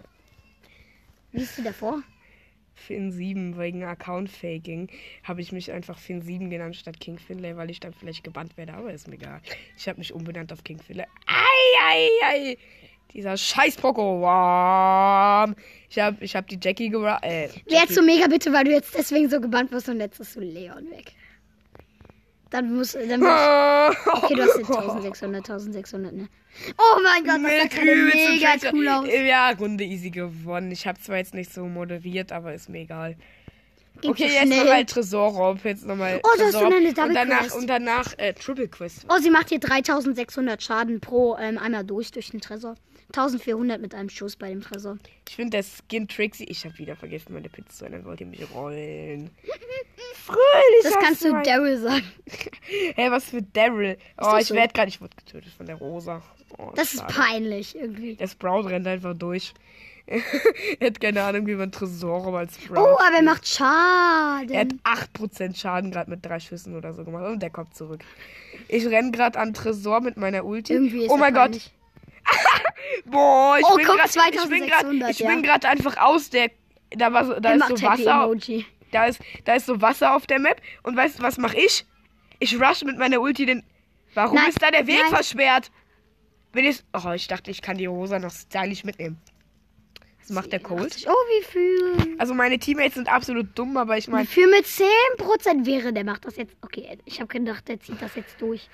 Speaker 2: Wie ist die davor?
Speaker 1: Fin7 wegen Account-Faking habe ich mich einfach Fin7 genannt statt King Finlay, weil ich dann vielleicht gebannt werde, aber ist mir egal. Ich habe mich umbenannt auf King Finlay. Ei, ei, ei. Dieser scheiß Poco. Warm. Ich habe ich hab die Jackie gera... Äh,
Speaker 2: Wer
Speaker 1: Jackie.
Speaker 2: zu mega bitte, weil du jetzt deswegen so gebannt wirst und jetzt ist du Leon weg. Dann muss.
Speaker 1: <laughs>
Speaker 2: Dann muss <laughs> okay, du hast jetzt 1600, 1600, ne? Oh mein Gott, das sah
Speaker 1: Mit
Speaker 2: gerade
Speaker 1: übelstem
Speaker 2: mega
Speaker 1: Pressure.
Speaker 2: cool aus.
Speaker 1: Ja, Runde easy gewonnen. Ich habe zwar jetzt nicht so moderiert, aber ist mir egal.
Speaker 2: Ging
Speaker 1: okay,
Speaker 2: so
Speaker 1: jetzt
Speaker 2: schnell.
Speaker 1: nochmal Tresorraub. Jetzt nochmal
Speaker 2: Oh, da hast du
Speaker 1: Tresorraub.
Speaker 2: eine Double
Speaker 1: Und danach,
Speaker 2: Quest.
Speaker 1: und danach äh, Triple Quest.
Speaker 2: Oh, sie macht hier 3600 Schaden pro ähm, einmal durch durch den Tresor. 1400 mit einem Schuss bei dem Tresor.
Speaker 1: Ich finde das Skin Trixie. Ich habe wieder vergessen, meine Pizza zu ändern. Wollt ihr mich rollen? Fröhlich.
Speaker 2: Das
Speaker 1: hast
Speaker 2: kannst du
Speaker 1: mein-
Speaker 2: Daryl sagen.
Speaker 1: Oh, Hey, was für Daryl. Oh,
Speaker 2: doch
Speaker 1: ich
Speaker 2: so.
Speaker 1: werd gerade. Ich wurde getötet von der Rosa. Oh,
Speaker 2: Das ist
Speaker 1: schade.
Speaker 2: peinlich irgendwie.
Speaker 1: Der Sprout rennt einfach durch. <laughs> Hätte keine Ahnung, wie man Tresor als Sprout.
Speaker 2: Oh, aber er
Speaker 1: spielt.
Speaker 2: macht Schaden.
Speaker 1: Er hat 8% Schaden gerade mit drei Schüssen oder so gemacht und der kommt zurück. Ich renn gerade an den Tresor mit meiner Ulti.
Speaker 2: Irgendwie ist
Speaker 1: oh
Speaker 2: er
Speaker 1: mein Gott.
Speaker 2: peinlich.
Speaker 1: Boah, ich
Speaker 2: Oh,
Speaker 1: bin
Speaker 2: guck,
Speaker 1: grad, ich bin
Speaker 2: 2600,
Speaker 1: grad, ich
Speaker 2: ja.
Speaker 1: bin grad einfach aus der, da war so, da ist so
Speaker 2: Immer Happy
Speaker 1: Wasser,
Speaker 2: Emoji.
Speaker 1: da ist, da ist so Wasser auf der Map und weißt du, was mache ich? Ich rush mit meiner Ulti den, warum
Speaker 2: Nein,
Speaker 1: ist da der Weg
Speaker 2: nein.
Speaker 1: versperrt? Wenn ich, oh, ich dachte, ich kann die Rosa noch stylisch mitnehmen. Was macht der Cold?
Speaker 2: Oh, wie viel?
Speaker 1: Also meine Teammates sind absolut dumm, aber ich
Speaker 2: Wie
Speaker 1: meine,
Speaker 2: viel mit 10% wäre, der macht das jetzt. Okay, ich habe gedacht, der zieht das jetzt durch.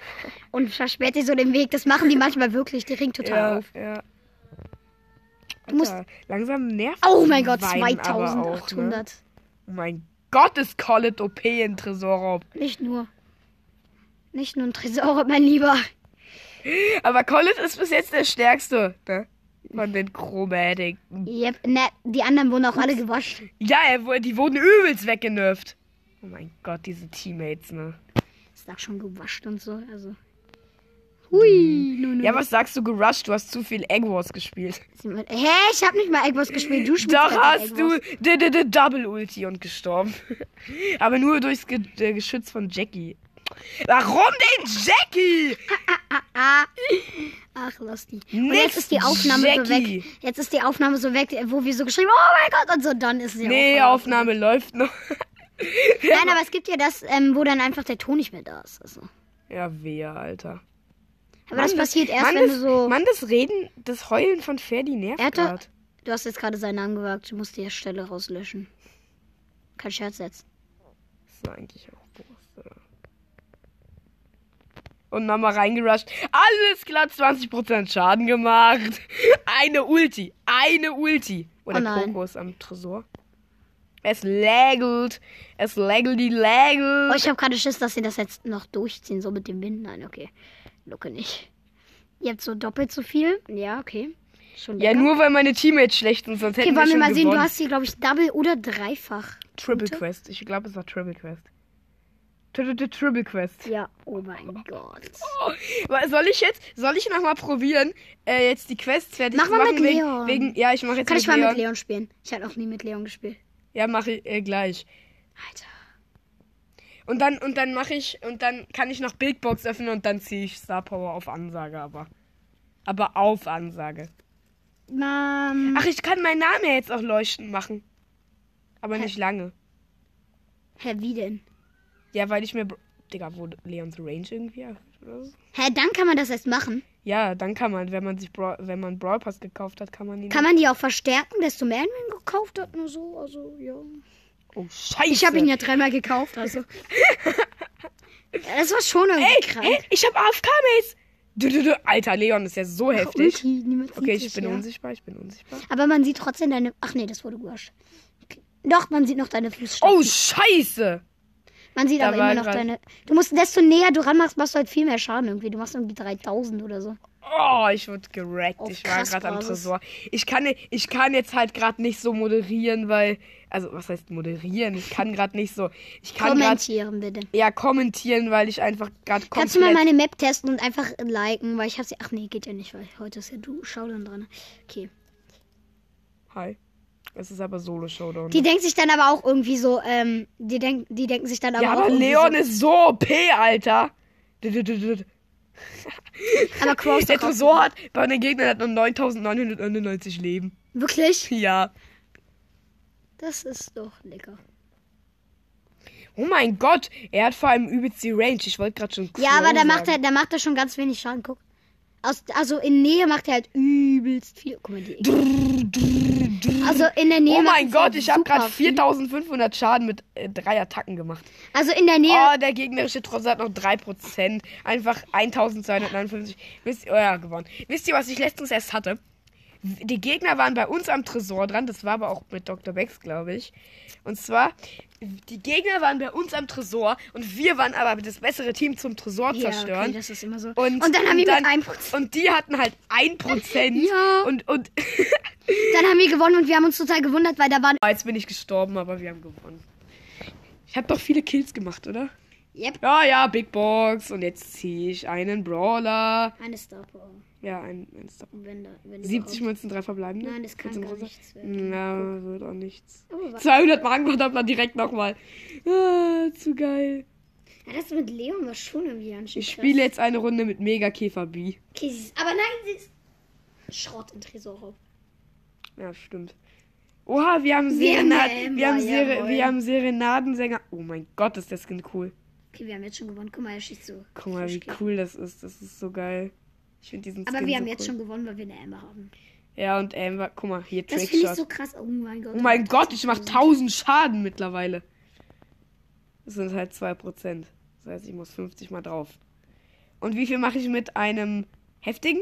Speaker 2: Und versperrt dir so den Weg. Das machen die manchmal wirklich. Die ringt total
Speaker 1: ja,
Speaker 2: auf.
Speaker 1: ja.
Speaker 2: Du musst.
Speaker 1: Alter, langsam nervt
Speaker 2: Oh
Speaker 1: das
Speaker 2: mein Gott,
Speaker 1: Weinen aber auch,
Speaker 2: 2800.
Speaker 1: ne? Oh mein Gott, ist Collet OP in Tresorraub.
Speaker 2: Nicht nur. Nicht nur ein Tresor, mein Lieber.
Speaker 1: Aber Collet ist bis jetzt der Stärkste, ne? Von den Chromatiken.
Speaker 2: Yep. Ne, die anderen wurden auch alle gewascht.
Speaker 1: Ja, er, wurde- die wurden übelst weggenöfft. Oh mein Gott, diese Teammates, ne?
Speaker 2: Ist da schon gewascht und so. Also. Hm. Hui. Nu, nu.
Speaker 1: Ja, was sagst du, gerusht? Du hast zu viel Egg Wars
Speaker 2: <laughs>
Speaker 1: gespielt.
Speaker 2: Hä, ich hab nicht mal Egg Wars gespielt. Du spielst
Speaker 1: Doch
Speaker 2: Egg
Speaker 1: hast du
Speaker 2: Wars.
Speaker 1: d -d -d Double Ulti und gestorben. <laughs> Aber nur durchs Ge äh, Geschütz von Jackie. Warum denn Jackie?
Speaker 2: Ach, lass die. Und
Speaker 1: Nix,
Speaker 2: jetzt ist die Aufnahme so
Speaker 1: Jackie.
Speaker 2: weg. Jetzt ist die Aufnahme so weg, wo wir so geschrieben oh mein Gott, und so, dann ist sie
Speaker 1: Nee,
Speaker 2: auf.
Speaker 1: Aufnahme läuft noch.
Speaker 2: Nein, aber es gibt ja das, ähm, wo dann einfach der Ton nicht mehr da ist. Also.
Speaker 1: Ja, wehe, Alter.
Speaker 2: Aber das passiert erst,
Speaker 1: Mann,
Speaker 2: wenn
Speaker 1: das,
Speaker 2: du so.
Speaker 1: Mann, das Reden, das Heulen von Ferdi nervt
Speaker 2: Er hatte-
Speaker 1: grad.
Speaker 2: Du hast jetzt gerade seinen Namen gewagt, du musst die Stelle rauslöschen. Kein Scherz jetzt.
Speaker 1: Das ist eigentlich auch Wurst, oder? Und Mama reingerusht. Alles glatt, 20% Schaden gemacht. Eine Ulti. Eine Ulti. Oder
Speaker 2: Oh nein.
Speaker 1: Coco ist am Tresor. Es laggelt. Es laggelt die
Speaker 2: Oh,
Speaker 1: laggelt.
Speaker 2: ich habe gerade Schiss, dass sie das jetzt noch durchziehen, so mit dem Wind. Nein, okay. Lucke nicht. Ihr habt so doppelt so viel. Ja, okay. Schon
Speaker 1: Ja,
Speaker 2: lecker.
Speaker 1: nur weil meine Teammates schlecht sind, sonst
Speaker 2: Okay,
Speaker 1: hätten wir
Speaker 2: wollen wir
Speaker 1: schon
Speaker 2: mal sehen,
Speaker 1: gewonnen.
Speaker 2: du hast hier, glaube ich, Double oder dreifach.
Speaker 1: Triple
Speaker 2: Punkte.
Speaker 1: Quest. Ich glaube, es war Triple Quest. Tri- tri- tri- Triple Quest. Oh,
Speaker 2: Ja, oh mein Gott.
Speaker 1: Wa- Soll ich jetzt, soll ich nochmal probieren, äh, jetzt die Quests fertig
Speaker 2: Mach
Speaker 1: zu
Speaker 2: mal
Speaker 1: machen?
Speaker 2: mit
Speaker 1: wegen,
Speaker 2: Leon.
Speaker 1: Wegen, ja, ich mache jetzt
Speaker 2: Kann
Speaker 1: mit
Speaker 2: ich mal
Speaker 1: Leon.
Speaker 2: mit Leon spielen? Ich habe noch nie mit Leon gespielt.
Speaker 1: Ja, mache ich äh, gleich.
Speaker 2: Alter.
Speaker 1: Und dann, und dann mache ich, und dann kann ich noch Bildbox öffnen und dann ziehe ich Star Power auf Ansage, aber. Aber auf Ansage.
Speaker 2: Mom.
Speaker 1: Ach, ich kann meinen Namen ja jetzt auch leuchten machen. Aber nicht lange.
Speaker 2: Hä, wie denn?
Speaker 1: Ja, weil ich mir. br- Digga, wurde Leons Range irgendwie erhöht oder so?
Speaker 2: Hä, dann kann man das erst machen.
Speaker 1: Ja, dann kann man, wenn man sich Bra wenn man Brawl Pass gekauft hat, kann man ihn.
Speaker 2: Kann man die auch verstärken, desto mehr man gekauft hat, nur so, also, ja.
Speaker 1: oh, scheiße.
Speaker 2: Ich habe ihn ja dreimal gekauft, also. Ja, <laughs> das war schon irgendwie
Speaker 1: Ey,
Speaker 2: krank.
Speaker 1: ey, ich hab AFK-Mates. Du, du, du. Alter, Leon ist ja so
Speaker 2: Ach,
Speaker 1: heftig.
Speaker 2: Ulti, niemand sieht
Speaker 1: Okay, ich
Speaker 2: dich,
Speaker 1: bin
Speaker 2: ja.
Speaker 1: unsichtbar, ich bin unsichtbar.
Speaker 2: Aber man sieht trotzdem deine. Ach nee, das wurde gewascht. Doch, man sieht noch deine Fußstapfen.
Speaker 1: Oh, scheiße.
Speaker 2: man sieht
Speaker 1: da
Speaker 2: aber
Speaker 1: war
Speaker 2: immer noch
Speaker 1: grad-
Speaker 2: deine. Du musst, desto näher du ranmachst, machst du halt viel mehr Schaden irgendwie. Du machst irgendwie 3000 oder so.
Speaker 1: Oh, ich wurde gerackt.
Speaker 2: Auf
Speaker 1: ich war gerade am
Speaker 2: Krassbasis.
Speaker 1: Tresor. Ich kann, ich kann jetzt halt gerade nicht so moderieren, weil. Also, was heißt moderieren? Ich kann gerade nicht so. Ich kann gerade
Speaker 2: Kommentieren bitte.
Speaker 1: eher kommentieren, weil ich einfach gerade
Speaker 2: Kannst du mal
Speaker 1: komplett.
Speaker 2: meine Map testen und einfach liken, weil ich hab sie. Ach nee, geht ja nicht, weil heute ist ja du. Schau dann dran. Okay.
Speaker 1: Hi. Es ist aber Solo-Showdown.
Speaker 2: Die denkt sich dann aber auch irgendwie so, ähm, die, denk, die denken sich dann aber
Speaker 1: Ja,
Speaker 2: auch.
Speaker 1: aber
Speaker 2: irgendwie
Speaker 1: Leon ist so OP, Alter. Du, du, du, du, du.
Speaker 2: so, aber Crow
Speaker 1: <laughs>
Speaker 2: ist
Speaker 1: Der
Speaker 2: doch auch-
Speaker 1: Tresor hat bei den Gegnern hat nur 9999 Leben.
Speaker 2: Wirklich?
Speaker 1: Ja.
Speaker 2: Das ist doch lecker.
Speaker 1: Oh mein Gott, er hat vor allem übelst die Range. Ich wollte gerade schon.
Speaker 2: Ja, aber da
Speaker 1: Crow
Speaker 2: macht, er,
Speaker 1: sagen.
Speaker 2: da macht er schon ganz wenig Schaden, guck. Aus, also in Nähe macht er halt übelst viel. Guck mal, die Ecke. Also in der Nähe.
Speaker 1: Oh mein
Speaker 2: macht er
Speaker 1: Gott, ich habe
Speaker 2: super
Speaker 1: gerade
Speaker 2: viel.
Speaker 1: 4500 Schaden mit äh, drei Attacken gemacht.
Speaker 2: Also in der Nähe.
Speaker 1: Oh, der gegnerische Tross hat noch 3%. Einfach 1259. Wisst ihr, oh ja, gewonnen. Wisst ihr, was ich letztens erst hatte? Die Gegner waren bei uns am Tresor dran. Das war aber auch mit Dr. Bex, glaube ich. Und zwar, die Gegner waren bei uns am Tresor und wir waren aber das bessere Team zum Tresor
Speaker 2: ja,
Speaker 1: zerstören.
Speaker 2: okay, das ist immer so.
Speaker 1: Und,
Speaker 2: dann haben wir
Speaker 1: dann,
Speaker 2: mit einem Prozent.
Speaker 1: Und die hatten halt 1%.
Speaker 2: Ja.
Speaker 1: Und, und <laughs>
Speaker 2: Dann haben wir gewonnen und wir haben uns total gewundert, weil da waren.
Speaker 1: Oh, jetzt bin ich gestorben, aber wir haben gewonnen. Ich habe doch viele Kills gemacht, oder?
Speaker 2: Yep.
Speaker 1: Ja, ja, Big Box. Und jetzt ziehe ich einen Brawler.
Speaker 2: Eine Star Power.
Speaker 1: Ja, ein, ein Stop.
Speaker 2: Wenn da, wenn
Speaker 1: 70
Speaker 2: überhaupt.
Speaker 1: Münzen, drei verbleibende.
Speaker 2: Nein, das kann
Speaker 1: Mit dem
Speaker 2: gar
Speaker 1: Rosa.
Speaker 2: nichts werden.
Speaker 1: Na, Hm, wird auch nichts.
Speaker 2: Oh, wa-
Speaker 1: 200 Marken verdammt mal direkt nochmal. Ah, zu geil.
Speaker 2: Ja, das mit Leon war schon irgendwie anstrengend.
Speaker 1: Ich spiele jetzt eine Runde mit Mega Käfer B.
Speaker 2: Okay, sie ist, aber nein, sie ist. Schrott in Tresore.
Speaker 1: Ja, stimmt. Oha, wir haben
Speaker 2: Wir haben
Speaker 1: Serenaden. Wir haben,
Speaker 2: Elmer,
Speaker 1: Sere
Speaker 2: jawohl.
Speaker 1: wir haben Serenadensänger. Oh mein Gott, ist der Skin cool.
Speaker 2: Okay, wir haben jetzt schon gewonnen. Guck mal, er schießt so.
Speaker 1: Guck mal,
Speaker 2: frisch
Speaker 1: wie
Speaker 2: gegen.
Speaker 1: cool das ist. Das ist so geil. Ich finde diesen Skin
Speaker 2: Aber wir haben
Speaker 1: so
Speaker 2: jetzt
Speaker 1: cool.
Speaker 2: schon gewonnen, weil wir eine Emma haben.
Speaker 1: Ja, und Amber, guck mal, hier
Speaker 2: Das finde ich
Speaker 1: Trickshot.
Speaker 2: so krass. Oh mein Gott.
Speaker 1: oh mein Gott, ich mache 1000 Schaden mittlerweile. Das sind halt 2%. Das heißt, ich muss 50 mal drauf. Und wie viel mache ich mit einem heftigen?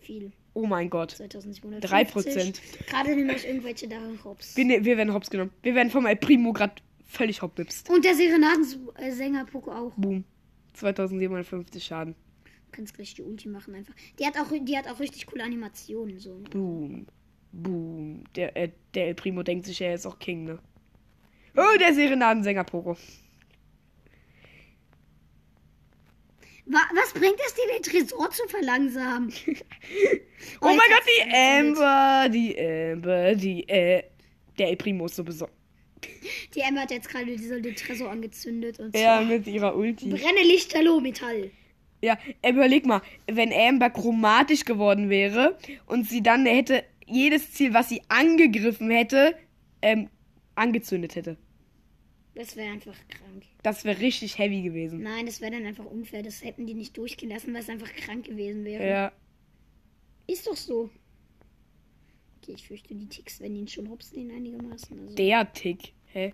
Speaker 2: Viel.
Speaker 1: Oh mein Gott.
Speaker 2: 2700.
Speaker 1: Drei Prozent.
Speaker 2: Gerade nehmen euch irgendwelche da hops.
Speaker 1: Wir, ne, wir werden hops genommen. Wir werden vom El Primo grad völlig hoppbipst.
Speaker 2: Und der Serenadensänger Poco auch.
Speaker 1: Boom. 2750 Schaden.
Speaker 2: Du kannst gleich die Ulti machen einfach. Die hat auch, die hat auch richtig coole Animationen. So.
Speaker 1: Boom. Boom. Der, äh, der El Primo denkt sich, er ist auch King, ne? Oh, der Oh Serenadensänger Poco.
Speaker 2: Wa was bringt es dir, den Tresor zu
Speaker 1: <laughs>
Speaker 2: verlangsamen?
Speaker 1: Oh mein Gott, die Amber, die Amber, die, äh, der El Primo ist so besorgt.
Speaker 2: Die Emma hat jetzt gerade so den Tresor angezündet und
Speaker 1: Ja,
Speaker 2: so.
Speaker 1: mit ihrer Ulti.
Speaker 2: Brenne Lichterloh, Metall.
Speaker 1: Ja, äh, überleg mal, wenn Amber chromatisch geworden wäre und sie dann hätte jedes Ziel, was sie angegriffen hätte, ähm, angezündet hätte.
Speaker 2: Das wäre einfach krank.
Speaker 1: Das wäre richtig heavy gewesen.
Speaker 2: Nein, das wäre dann einfach unfair. Das hätten die nicht durchgehen lassen, weil es einfach krank gewesen wäre.
Speaker 1: Ja.
Speaker 2: Ist doch so. Okay, ich fürchte, die Ticks werden ihn schon hopsen ihn einigermaßen. Also
Speaker 1: Der Tick. Hä?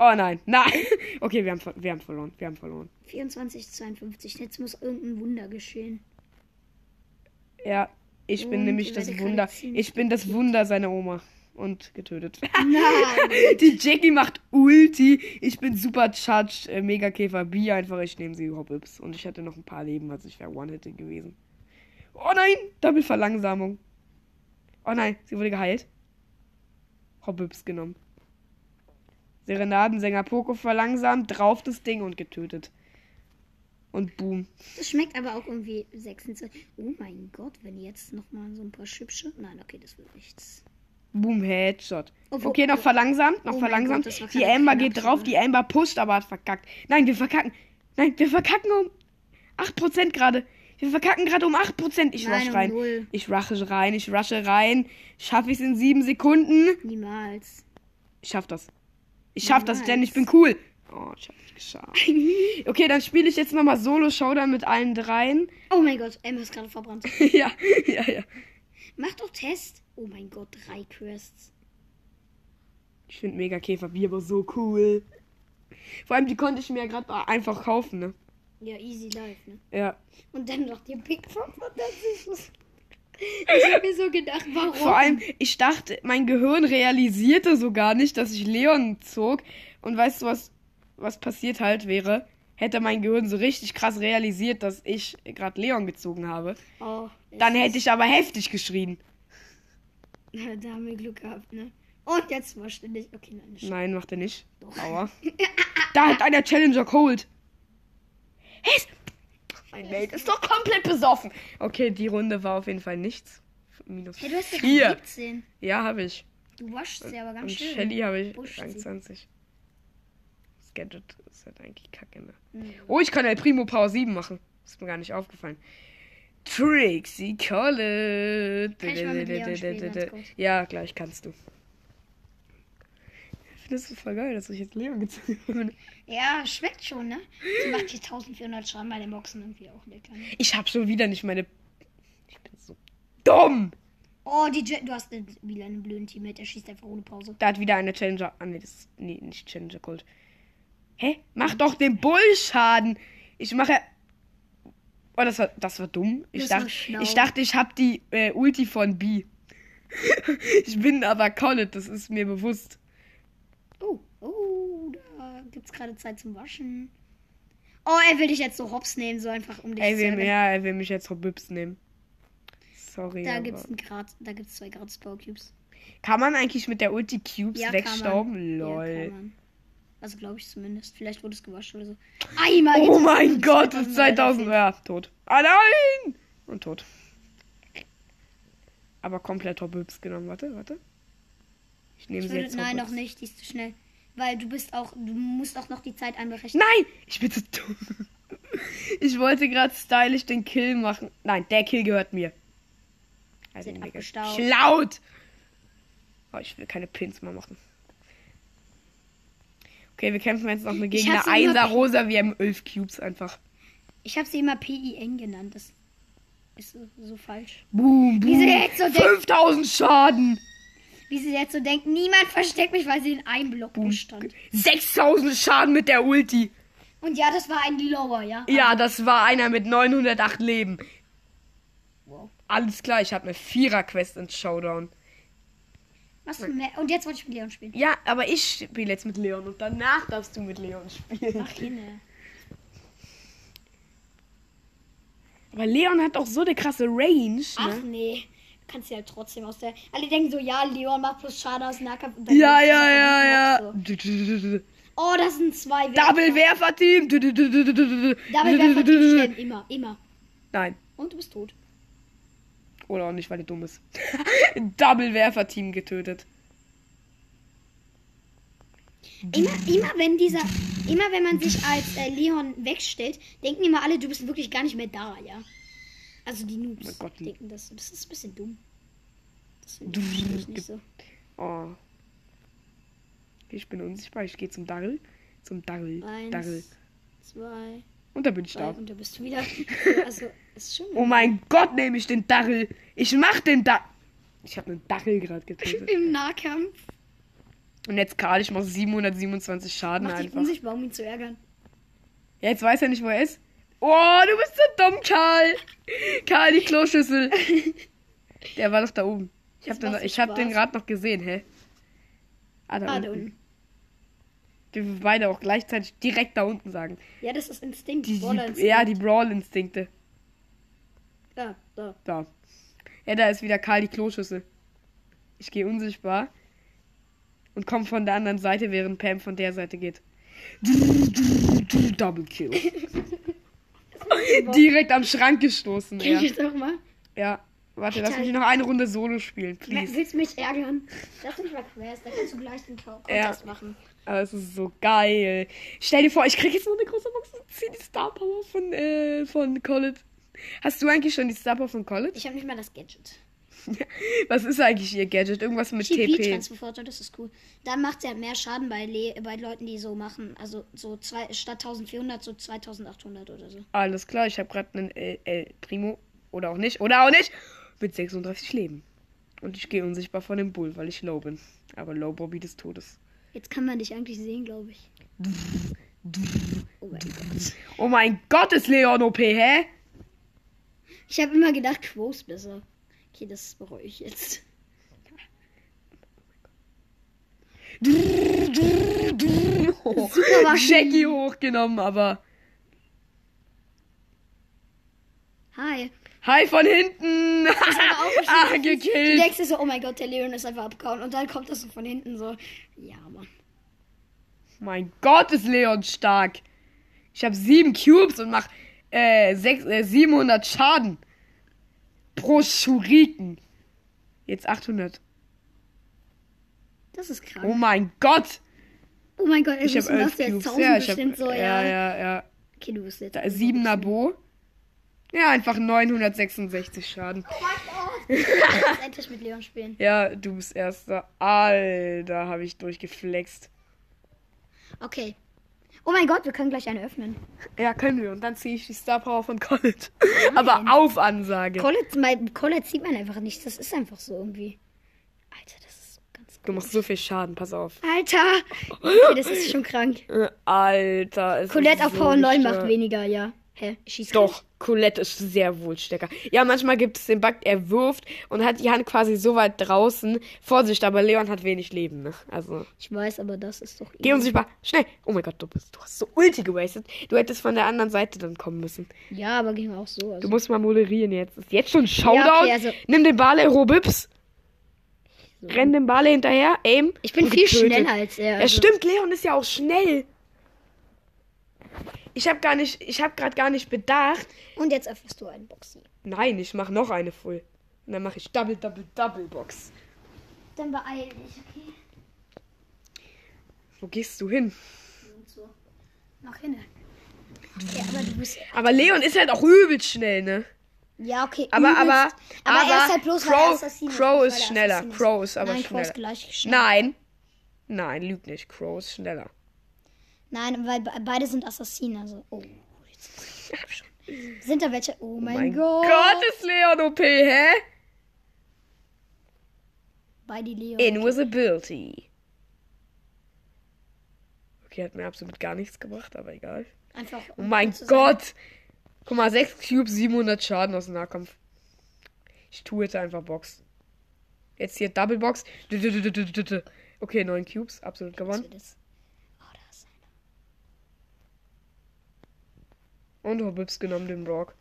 Speaker 1: Oh nein, nein. <laughs> Okay, wir haben, ver- wir haben verloren. Wir haben verloren.
Speaker 2: 24, 52. Jetzt muss irgendein Wunder geschehen.
Speaker 1: <laughs> Ja, ich bin
Speaker 2: Und
Speaker 1: nämlich
Speaker 2: ihr
Speaker 1: das
Speaker 2: werdet
Speaker 1: Wunder.
Speaker 2: gerade ziemlich
Speaker 1: Ich bin das Wunder seiner Oma. Und getötet.
Speaker 2: Nein!
Speaker 1: <laughs> Die Jackie macht Ulti. Ich bin supercharged. Äh, Megakäfer B einfach. Ich nehme sie Hoppips. Und ich hatte noch ein paar Leben, also ich wäre One-Hitted gewesen. Oh nein! Doppelverlangsamung. Oh nein, sie wurde geheilt. Hoppips genommen. Serenadensänger Poco verlangsamt, drauf das Ding und getötet. Und boom.
Speaker 2: Das schmeckt aber auch irgendwie 26. Oh mein Gott, wenn jetzt noch mal so ein paar Schübsche. Nein, okay, das wird nichts.
Speaker 1: Boom, Headshot.
Speaker 2: Obwohl-
Speaker 1: okay, noch verlangsamt, noch
Speaker 2: Oh mein
Speaker 1: verlangsamt.
Speaker 2: Gott, das war
Speaker 1: die
Speaker 2: keine
Speaker 1: Amber
Speaker 2: knappe
Speaker 1: geht drauf,
Speaker 2: Sache.
Speaker 1: die Amber pusht, aber hat verkackt. Nein, wir verkacken. Nein, wir verkacken um 8% gerade. Wir verkacken gerade um 8%. Ich
Speaker 2: Nein,
Speaker 1: rush
Speaker 2: um
Speaker 1: rein.
Speaker 2: null.
Speaker 1: Ich rushe rein, ich rushe rein. Schaffe ich es in 7 Sekunden?
Speaker 2: Niemals.
Speaker 1: Ich schaff das. Ich schaff das, denn ich bin
Speaker 2: Nice.
Speaker 1: cool. Oh, ich hab's geschafft. Okay, dann spiele ich jetzt nochmal Solo-Showdown mit allen dreien. <laughs>
Speaker 2: Oh mein Gott, Emma ist gerade verbrannt.
Speaker 1: ja, ja, ja.
Speaker 2: Mach doch Test. Oh mein Gott, drei Quests.
Speaker 1: Ich finde Megakäfer B aber so cool. Vor allem, die konnte ich mir ja gerade einfach kaufen, ne?
Speaker 2: Ja, easy life, ne?
Speaker 1: Ja.
Speaker 2: Und dann noch die Pick 500. Ich hab mir so gedacht, warum?
Speaker 1: Vor allem, ich dachte, mein Gehirn realisierte so gar nicht, dass ich Leon zog. Und weißt du, was, was passiert halt wäre? Hätte mein Gehirn so richtig krass realisiert, dass ich gerade Leon gezogen habe.
Speaker 2: Oh,
Speaker 1: Dann hätte ich aber heftig geschrien.
Speaker 2: Na, da haben wir Glück gehabt, ne? Und jetzt wahrscheinlich. Okay, nein, nicht.
Speaker 1: Nein, macht er nicht.
Speaker 2: Doch.
Speaker 1: Aua. Da hat einer Challenger Cold. Hey, mein Welt ist doch komplett besoffen. Okay, die Runde war auf jeden Fall nichts. Minus
Speaker 2: Hey, du hast ja
Speaker 1: Vier.
Speaker 2: 17.
Speaker 1: Ja, habe ich.
Speaker 2: Du waschst sie aber
Speaker 1: Und
Speaker 2: ganz schön.
Speaker 1: Shelly habe ich
Speaker 2: Pusht sie.
Speaker 1: 21. Das Gadget ist halt eigentlich kacke, ne?
Speaker 2: Mhm.
Speaker 1: Oh, ich kann El Primo Power 7 machen. Ist mir gar nicht aufgefallen. Trixie Collett.
Speaker 2: Kann ich mal mit Leon spielen, ganz kurz?
Speaker 1: Ja, gleich kannst du. Findest du voll geil, dass ich jetzt Leon gezogen habe?
Speaker 2: Ja, schmeckt schon, ne? Sie macht hier 1400 Schaden bei den Boxen irgendwie auch lecker. Ne?
Speaker 1: Ich habe schon wieder nicht meine. Ich bin so dumm.
Speaker 2: Oh, die Jet, du hast eine, wieder einen blöden Teammate, der schießt einfach ohne Pause.
Speaker 1: Da hat wieder eine Challenger. Ah, nee, das ist. Nee, nicht Challenger Gold. Hä? Mach doch den Bullschaden. Ich mache. Oh, das war, das war dumm. Ich
Speaker 2: Das war
Speaker 1: dachte,
Speaker 2: schlau.
Speaker 1: ich dachte, ich hab die äh, Ulti von B. <laughs> ich bin aber Collet, das ist mir bewusst.
Speaker 2: Oh, oh, da gibt's gerade Zeit zum Waschen. Oh, er will dich jetzt so hops nehmen, so einfach um dich
Speaker 1: Er will,
Speaker 2: ärgern.
Speaker 1: ja, er will mich jetzt Hobbibs nehmen. Sorry.
Speaker 2: Da
Speaker 1: aber-
Speaker 2: gibt's einen Grad, da gibt's zwei Grad Power Cubes.
Speaker 1: kann man eigentlich mit der Ulti Cubes
Speaker 2: Ja, kann man.
Speaker 1: wegstauben? Lol.
Speaker 2: Ja, kann man. Also glaube ich zumindest. Vielleicht wurde es gewaschen oder so. Einmal.
Speaker 1: Oh
Speaker 2: jetzt ist
Speaker 1: mein
Speaker 2: es
Speaker 1: Gott, das ist 2000.
Speaker 2: 2000.
Speaker 1: Ja, tot. Ah nein! Und tot. Aber komplett Hoppips genommen. Warte, warte. Ich nehme
Speaker 2: Ich
Speaker 1: sie jetzt.
Speaker 2: würde, nein,
Speaker 1: Hobbits.
Speaker 2: noch nicht, die ist zu schnell. Weil du bist auch, du musst auch noch die Zeit einberechnen.
Speaker 1: Nein! Ich bin zu dumm. <laughs> Ich wollte gerade stylisch den Kill machen. Nein, der Kill gehört mir. Also,
Speaker 2: Sind
Speaker 1: Digga,
Speaker 2: abgestaubt.
Speaker 1: Schlaut! Oh, ich will keine Pins mehr machen. Okay, wir kämpfen jetzt noch mit
Speaker 2: Ich
Speaker 1: gegen
Speaker 2: hasse
Speaker 1: eine
Speaker 2: nur
Speaker 1: 1er
Speaker 2: Pin-
Speaker 1: Rosa. Wir haben 11 Cubes einfach.
Speaker 2: Ich habe sie immer PIN genannt. Das ist so- so falsch.
Speaker 1: Boom, boom.
Speaker 2: Wieso jetzt so dick?
Speaker 1: 5000 Schaden.
Speaker 2: Wie sie jetzt so denken, niemand versteckt mich, weil sie in einem Block stand.
Speaker 1: 6000 Schaden mit der Ulti.
Speaker 2: Und ja, das war ein Lower, ja?
Speaker 1: Ja, das war einer mit 908 Leben.
Speaker 2: Wow.
Speaker 1: Alles klar, ich habe eine Vierer-Quest in Showdown.
Speaker 2: Was für mehr? Und jetzt wollte ich mit Leon spielen.
Speaker 1: Ja, aber ich spiele jetzt mit Leon und danach darfst du mit Leon spielen.
Speaker 2: Ach, Hinne.
Speaker 1: Aber Leon hat auch so eine krasse Range.
Speaker 3: Ach
Speaker 1: Ne?
Speaker 3: nee. Du kannst ja halt trotzdem aus der. Alle denken so, ja, Leon macht plus Schaden aus Nahkampf. und dann
Speaker 1: Ja,
Speaker 3: geht's
Speaker 1: ja,
Speaker 3: nicht.
Speaker 1: ja,
Speaker 3: So.
Speaker 1: ja.
Speaker 3: Oh, das sind zwei
Speaker 1: Double-Werfer-Team.
Speaker 2: Dabei wäre
Speaker 1: <laughs>
Speaker 2: sterben. Immer, immer.
Speaker 1: Nein.
Speaker 2: Und du bist tot.
Speaker 1: Oder auch nicht, weil die dumm ist. <laughs> Double-Werfer-Team getötet.
Speaker 2: Immer, immer wenn dieser, immer wenn man sich als äh, Leon wegstellt, denken immer alle, du bist wirklich gar nicht mehr da, ja. Also die Noobs
Speaker 1: Mein Gott, die-
Speaker 2: denken das. Das ist ein bisschen dumm. Das finde ich verstehe ich nicht so.
Speaker 1: Oh. Ich bin unsichtbar. Ich gehe zum Dagel. Zum Dagel.
Speaker 2: Eins,
Speaker 1: Dagel.
Speaker 2: zwei,
Speaker 1: Und da bin ich
Speaker 2: drei
Speaker 1: da.
Speaker 2: und da bist du
Speaker 1: <laughs>
Speaker 2: wieder. Also, ist schon.
Speaker 1: Oh mein Gott, nehme ich den Dachel. Ich mach den Dachel. Ich habe einen Dachel gerade
Speaker 2: <laughs>
Speaker 1: getötet.
Speaker 2: Im Nahkampf.
Speaker 1: Und jetzt Karl, ich mach 727 Schaden
Speaker 2: Macht ihn
Speaker 1: einfach.
Speaker 2: unsichtbar, um ihn zu ärgern.
Speaker 1: Ja, jetzt weiß er nicht, wo er ist. Oh, du bist so dumm, Karl. Karl, die
Speaker 2: <laughs>
Speaker 1: Kloschüssel. Der war doch da oben. Ich habe
Speaker 2: Das
Speaker 1: den,
Speaker 2: macht
Speaker 1: ich hab
Speaker 2: Spaß.
Speaker 1: den gerade noch gesehen, hä? Ah, da
Speaker 2: Ah, da
Speaker 1: unten.
Speaker 2: unten.
Speaker 1: Die wir beide auch gleichzeitig direkt da unten sagen.
Speaker 2: Ja, das ist Instinkt.
Speaker 1: Die,
Speaker 2: Borderlands.
Speaker 1: die, ja, die Brawl-Instinkte.
Speaker 2: Da, da.
Speaker 1: Da. Ja, da ist wieder Karl die Kloschüssel. Ich gehe unsichtbar und komme von der anderen Seite, während Pam von der Seite geht. Double Kill. Direkt am Schrank gestoßen.
Speaker 2: Kann
Speaker 1: Ja,
Speaker 2: ich jetzt auch mal?
Speaker 1: ja. warte, lass mich noch eine Runde Solo spielen, please.
Speaker 2: Willst du mich ärgern?
Speaker 3: Lass mich mal quest, dann kannst du gleich den Contest
Speaker 1: Ja.
Speaker 3: machen.
Speaker 1: Aber es ist so geil. Stell dir vor, ich krieg jetzt noch eine große Box und zieh die Star Power von, äh, von Collet. Hast du eigentlich schon die Star Power von Collet?
Speaker 3: Ich habe nicht mal das Gadget.
Speaker 1: Was ist eigentlich ihr Gadget? Irgendwas mit TP.
Speaker 2: TP-Transporter, das ist cool. Dann macht sie halt mehr Schaden bei, Le bei Leuten, die so machen. Also so zwei, statt 1400 so 2800 oder so.
Speaker 1: Alles klar, ich habe gerade einen El, El Primo. Oder auch nicht. Oder auch nicht. Mit 36 Leben. Und ich gehe unsichtbar von dem Bull, weil ich low bin. Aber low Bobby des Todes.
Speaker 2: Jetzt kann man dich eigentlich sehen, glaube ich. Oh mein Gott.
Speaker 1: Oh mein Gott, ist Leon OP, hä?
Speaker 2: Ich habe immer gedacht, Quo ist besser. Okay, das bereue ich jetzt.
Speaker 1: Oh,
Speaker 2: waschen.
Speaker 1: Jackie hochgenommen, aber.
Speaker 2: Hi.
Speaker 1: Hi von hinten! <laughs>
Speaker 2: Aber auch bestimmt-
Speaker 1: ah,
Speaker 2: Du
Speaker 1: gekillt!
Speaker 2: denkst dir so, oh mein Gott, der Leon ist einfach abgehauen. Und dann kommt das so von hinten so. Ja, Mann.
Speaker 1: Mein Gott, ist Leon stark! Ich habe sieben Cubes und mach äh, sechs, äh, 700 Schaden. Pro Schuriken. Jetzt 800.
Speaker 2: Das ist krank.
Speaker 1: Oh mein Gott!
Speaker 2: Oh mein Gott, ich
Speaker 1: Ich
Speaker 2: ist
Speaker 1: habe
Speaker 2: das
Speaker 1: elf
Speaker 2: jetzt
Speaker 1: Cubes.
Speaker 2: 1000
Speaker 1: Ja, ich hab,
Speaker 2: bestimmt so,
Speaker 1: ja,
Speaker 2: ja.
Speaker 1: ja, ja.
Speaker 2: Okay, du bist jetzt.
Speaker 1: Da ist 7 Abo. Ja, einfach 966 Schaden.
Speaker 2: Jetzt endlich mit Leon spielen.
Speaker 1: Ja, du bist erster. Alter, habe ich durchgeflext.
Speaker 2: Okay. Oh mein Gott, wir können gleich eine öffnen.
Speaker 1: Ja, können wir. Und dann ziehe ich die Star Power von Collett. Aber auf Ansage.
Speaker 2: Colette, mein, Colette sieht man einfach nicht. Das ist einfach so irgendwie. Alter, das ist ganz.
Speaker 1: du machst so viel Schaden, pass auf.
Speaker 2: Alter! Okay, das ist schon krank.
Speaker 1: Äh, Alter, es
Speaker 2: Colette
Speaker 1: ist
Speaker 2: auf
Speaker 1: so
Speaker 2: Power 9
Speaker 1: stark.
Speaker 2: macht weniger, ja. Hä? Schießt
Speaker 1: Doch, Colette ist sehr wohl stärker. Ja, manchmal gibt es den Bug, er wirft und hat die Hand quasi so weit draußen. Vorsicht, aber Leon hat wenig Leben. Ne? Also.
Speaker 2: Ich weiß, aber das ist doch.
Speaker 1: Geh unsichtbar. Schnell. Oh mein Gott, du bist. Du hast so Ulti gewastet. Du hättest von der anderen Seite dann kommen müssen.
Speaker 2: Ja, aber ging auch so.
Speaker 1: Du
Speaker 2: Also.
Speaker 1: musst mal moderieren jetzt. Ist jetzt schon Showdown.
Speaker 2: Ja, okay, also-
Speaker 1: Nimm den Bale, Robips. Renn dem Bale hinterher. Aim.
Speaker 2: Ich bin
Speaker 1: Und
Speaker 2: viel
Speaker 1: getötet.
Speaker 2: schneller als er.
Speaker 1: Ja,
Speaker 2: Also.
Speaker 1: stimmt, Leon ist ja auch schnell. Ich habe gar nicht, ich habe gerade gar nicht bedacht.
Speaker 2: Und jetzt öffnest du einen Boxy.
Speaker 1: Nein, ich mache noch eine voll. Und dann mache ich Double, Double, Double Box.
Speaker 3: Dann beeil dich, okay?
Speaker 1: Wo gehst du hin?
Speaker 3: Und so.
Speaker 2: Mach hin. Ja, aber du bist.
Speaker 1: Aber Leon ist halt auch übel schnell, ne?
Speaker 2: Ja, okay.
Speaker 1: Aber,
Speaker 2: übelst.
Speaker 1: aber,
Speaker 2: aber, er ist halt bloß weil er
Speaker 1: Crow,
Speaker 2: Assassin
Speaker 1: Crow
Speaker 2: weil
Speaker 1: ist
Speaker 2: er
Speaker 1: schneller.
Speaker 2: Assassin
Speaker 1: Crow ist aber
Speaker 2: Nein, Crow
Speaker 1: schneller.
Speaker 2: ist gleich schneller.
Speaker 1: Nein. Nein, lüg nicht. Crow ist schneller.
Speaker 2: Nein, weil be- beide sind Assassinen. Also. Oh.
Speaker 1: Ach, schon.
Speaker 2: Sind da welche? Oh mein,
Speaker 1: Mein
Speaker 2: Gott.
Speaker 1: Gott, ist Leon OP, hä?
Speaker 2: Beide Leo.
Speaker 1: Invisibility. Okay, hat mir absolut gar nichts gebracht, aber
Speaker 2: Hm,
Speaker 1: egal.
Speaker 2: Einfach. um
Speaker 1: Oh mein Gott! Guck mal, 6 Cubes, 700 Schaden aus dem Nahkampf. Ich tue jetzt einfach Box. Jetzt hier Double Box. Dü- dü- dü- dü- dü- dü- dü. Okay, 9 Cubes, absolut gewonnen.
Speaker 2: Das. Oh, da ist einer.
Speaker 1: Und Hobbips genommen, den Brock.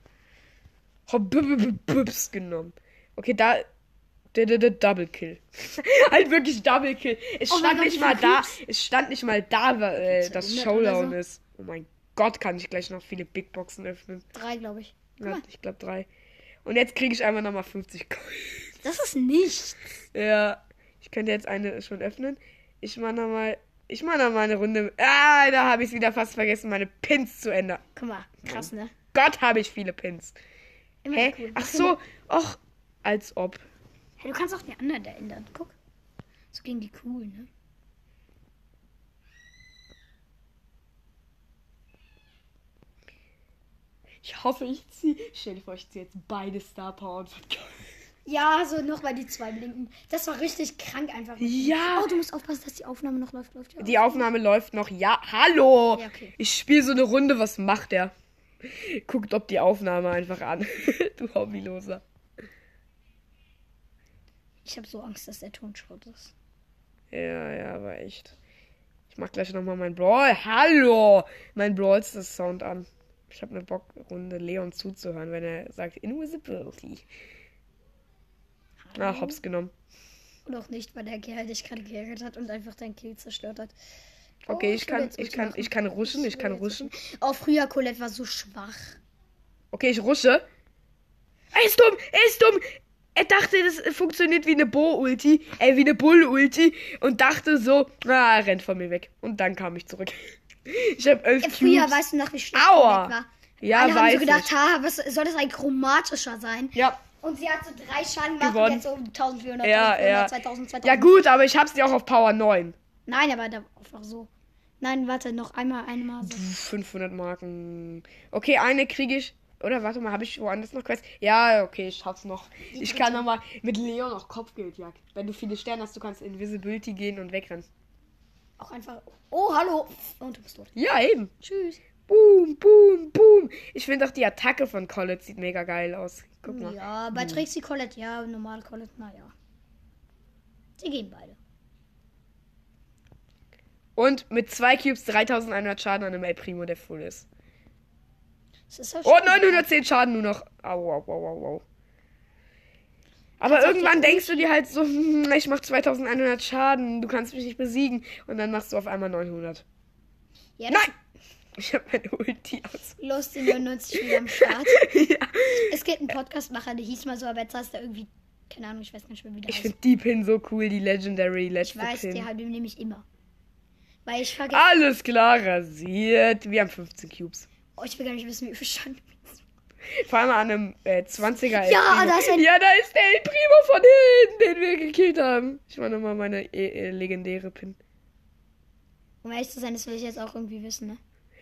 Speaker 1: Hobbips genommen. Okay, da. d- d- d- Double Kill. <laughs> halt wirklich Double Kill. Es
Speaker 2: Oh mein
Speaker 1: stand
Speaker 2: Gott,
Speaker 1: nicht
Speaker 2: wie
Speaker 1: mal
Speaker 2: viel
Speaker 1: da. Es stand nicht mal da, wa- äh, dass
Speaker 2: 200 oder
Speaker 1: Showdown
Speaker 2: so.
Speaker 1: ist. Oh mein Gott, kann ich gleich noch viele Big Boxen öffnen.
Speaker 2: Drei, glaube ich. Guck
Speaker 1: Ja,
Speaker 2: mal,
Speaker 1: ich glaube drei. Und jetzt kriege ich einfach nochmal 50 Gold. <laughs>
Speaker 2: das ist nichts.
Speaker 1: Ja, ich könnte jetzt eine schon öffnen. Ich mache nochmal. Ich mache nochmal eine Runde. Ah, da habe ich es wieder fast vergessen, meine Pins zu ändern.
Speaker 2: Guck mal, krass, ne?
Speaker 1: Gott, habe ich viele Pins.
Speaker 2: Immer
Speaker 1: Hä?
Speaker 2: cool.
Speaker 1: Ach so. Och, als ob.
Speaker 2: Hey, du kannst auch die anderen da ändern. Guck. So gegen die Kuh, ne?
Speaker 1: Ich hoffe, ich ziehe. Stell dir vor, ich ziehe jetzt beide Star Power und
Speaker 2: Ja, so nochmal die zwei blinken. Das war richtig krank einfach.
Speaker 1: Ja.
Speaker 2: Oh, du musst aufpassen, dass die Aufnahme noch läuft. läuft ja.
Speaker 1: Ah, Die Aufnahme läuft noch. Ja, hallo.
Speaker 2: Ja, okay.
Speaker 1: Ich spiele so eine Runde. Was macht der? Guckt, ob die Aufnahme einfach an. <laughs> Du Hobbyloser.
Speaker 2: Ich habe so Angst, dass der Ton schrott ist.
Speaker 1: Ah, Ja, ja, aber echt. Ich mach gleich nochmal mein Brawl. Hallo! Mein Brawl ist das Sound an. Ich habe eine Bockrunde, Leon zuzuhören, wenn er sagt Invisibility. Ah, hops genommen.
Speaker 2: Und auch nicht, weil der Kerl dich gerade geärgert hat und einfach deinen Kill zerstört hat. Oh,
Speaker 1: Okay, ich
Speaker 2: will
Speaker 1: kann,
Speaker 2: jetzt
Speaker 1: ich
Speaker 2: Ulti
Speaker 1: kann,
Speaker 2: machen.
Speaker 1: ich kann ruschen, ich
Speaker 2: will
Speaker 1: kann
Speaker 2: jetzt
Speaker 1: ruschen.
Speaker 2: Ulti- Oh, früher Colette war so schwach.
Speaker 1: Okay, ich rusche. Er ist dumm, er ist dumm. Er dachte, das funktioniert wie eine Bo-Ulti, äh, wie eine Bull-Ulti und dachte so, ah, er rennt von mir weg. Und dann kam ich zurück. <laughs> Ich habe elf
Speaker 2: Äh, Früher
Speaker 1: Cubes.
Speaker 2: weißt du noch, wie schlecht
Speaker 1: Aua.
Speaker 2: Colette war.
Speaker 1: Ja,
Speaker 2: Alle haben
Speaker 1: weiß
Speaker 2: so gedacht,
Speaker 1: ich.
Speaker 2: ha, was soll das ein chromatischer sein?
Speaker 1: Ja,
Speaker 2: Und sie hat so drei Schaden gemacht
Speaker 1: Gewonnen.
Speaker 2: und jetzt so 1400,
Speaker 1: Ja,
Speaker 2: 1400
Speaker 1: ja.
Speaker 2: 2000, 2000.
Speaker 1: Ja gut, aber ich hab's dir auch auf Power 9.
Speaker 2: Nein, aber da einfach so. Nein, warte, noch einmal, einmal so.
Speaker 1: 500 Marken. Okay, eine kriege ich. Oder warte mal, habe ich woanders noch Quest? Ja, okay, ich schaff's noch. Ich kann nochmal mit Leon auch Kopfgeld jagen. Wenn du viele Sterne hast, du kannst Invisibility gehen und wegrennen.
Speaker 2: Auch einfach. Oh, hallo. Und du bist tot.
Speaker 1: Ja, eben.
Speaker 2: Tschüss.
Speaker 1: Boom, boom, boom. Ich finde auch die Attacke von Colette sieht mega geil aus. Guck mal. Hm.
Speaker 2: Ja, bei Trixie Colette, ja, normal Colette, naja. Sie gehen beide.
Speaker 1: Und mit zwei Cubes 3100 Schaden an einem El Primo, der full ist.
Speaker 2: Es ist halt
Speaker 1: Oh,
Speaker 2: schön.
Speaker 1: 910 Schaden nur noch. Au, au, au, au, au. Aber irgendwann denkst du dir halt so, hm, ich mach 2100 Schaden, du kannst mich nicht besiegen. Und dann machst du auf einmal 900.
Speaker 2: Ja, das-
Speaker 1: Nein! Ich hab meine Ulti aus.
Speaker 2: Los, die 99 wieder am Start.
Speaker 1: <laughs> ja.
Speaker 2: Es gibt einen Podcastmacher, der hieß mal so, aber jetzt heißt er irgendwie, keine Ahnung, ich weiß nicht mehr, wie der
Speaker 1: Ich
Speaker 2: heißt.
Speaker 1: find die Pin so cool, die Legendary
Speaker 2: Ich
Speaker 1: letzte
Speaker 2: weiß, der
Speaker 1: Pin.
Speaker 2: hat den nämlich immer. Weil ich vergesse,
Speaker 1: Alles klar, rasiert. Wir haben 15 Cubes.
Speaker 2: oh, ich will gar nicht wissen, wie viel Schaden.
Speaker 1: Vor allem an einem äh, 20er El
Speaker 2: Ja,
Speaker 1: Primo.
Speaker 2: da ist ein-
Speaker 1: ja, da ist der El Primo von hinten, den wir gekillt haben. Ich war nochmal meine äh, äh, legendäre Pin.
Speaker 2: Um ehrlich zu sein, das will ich jetzt auch irgendwie wissen, ne?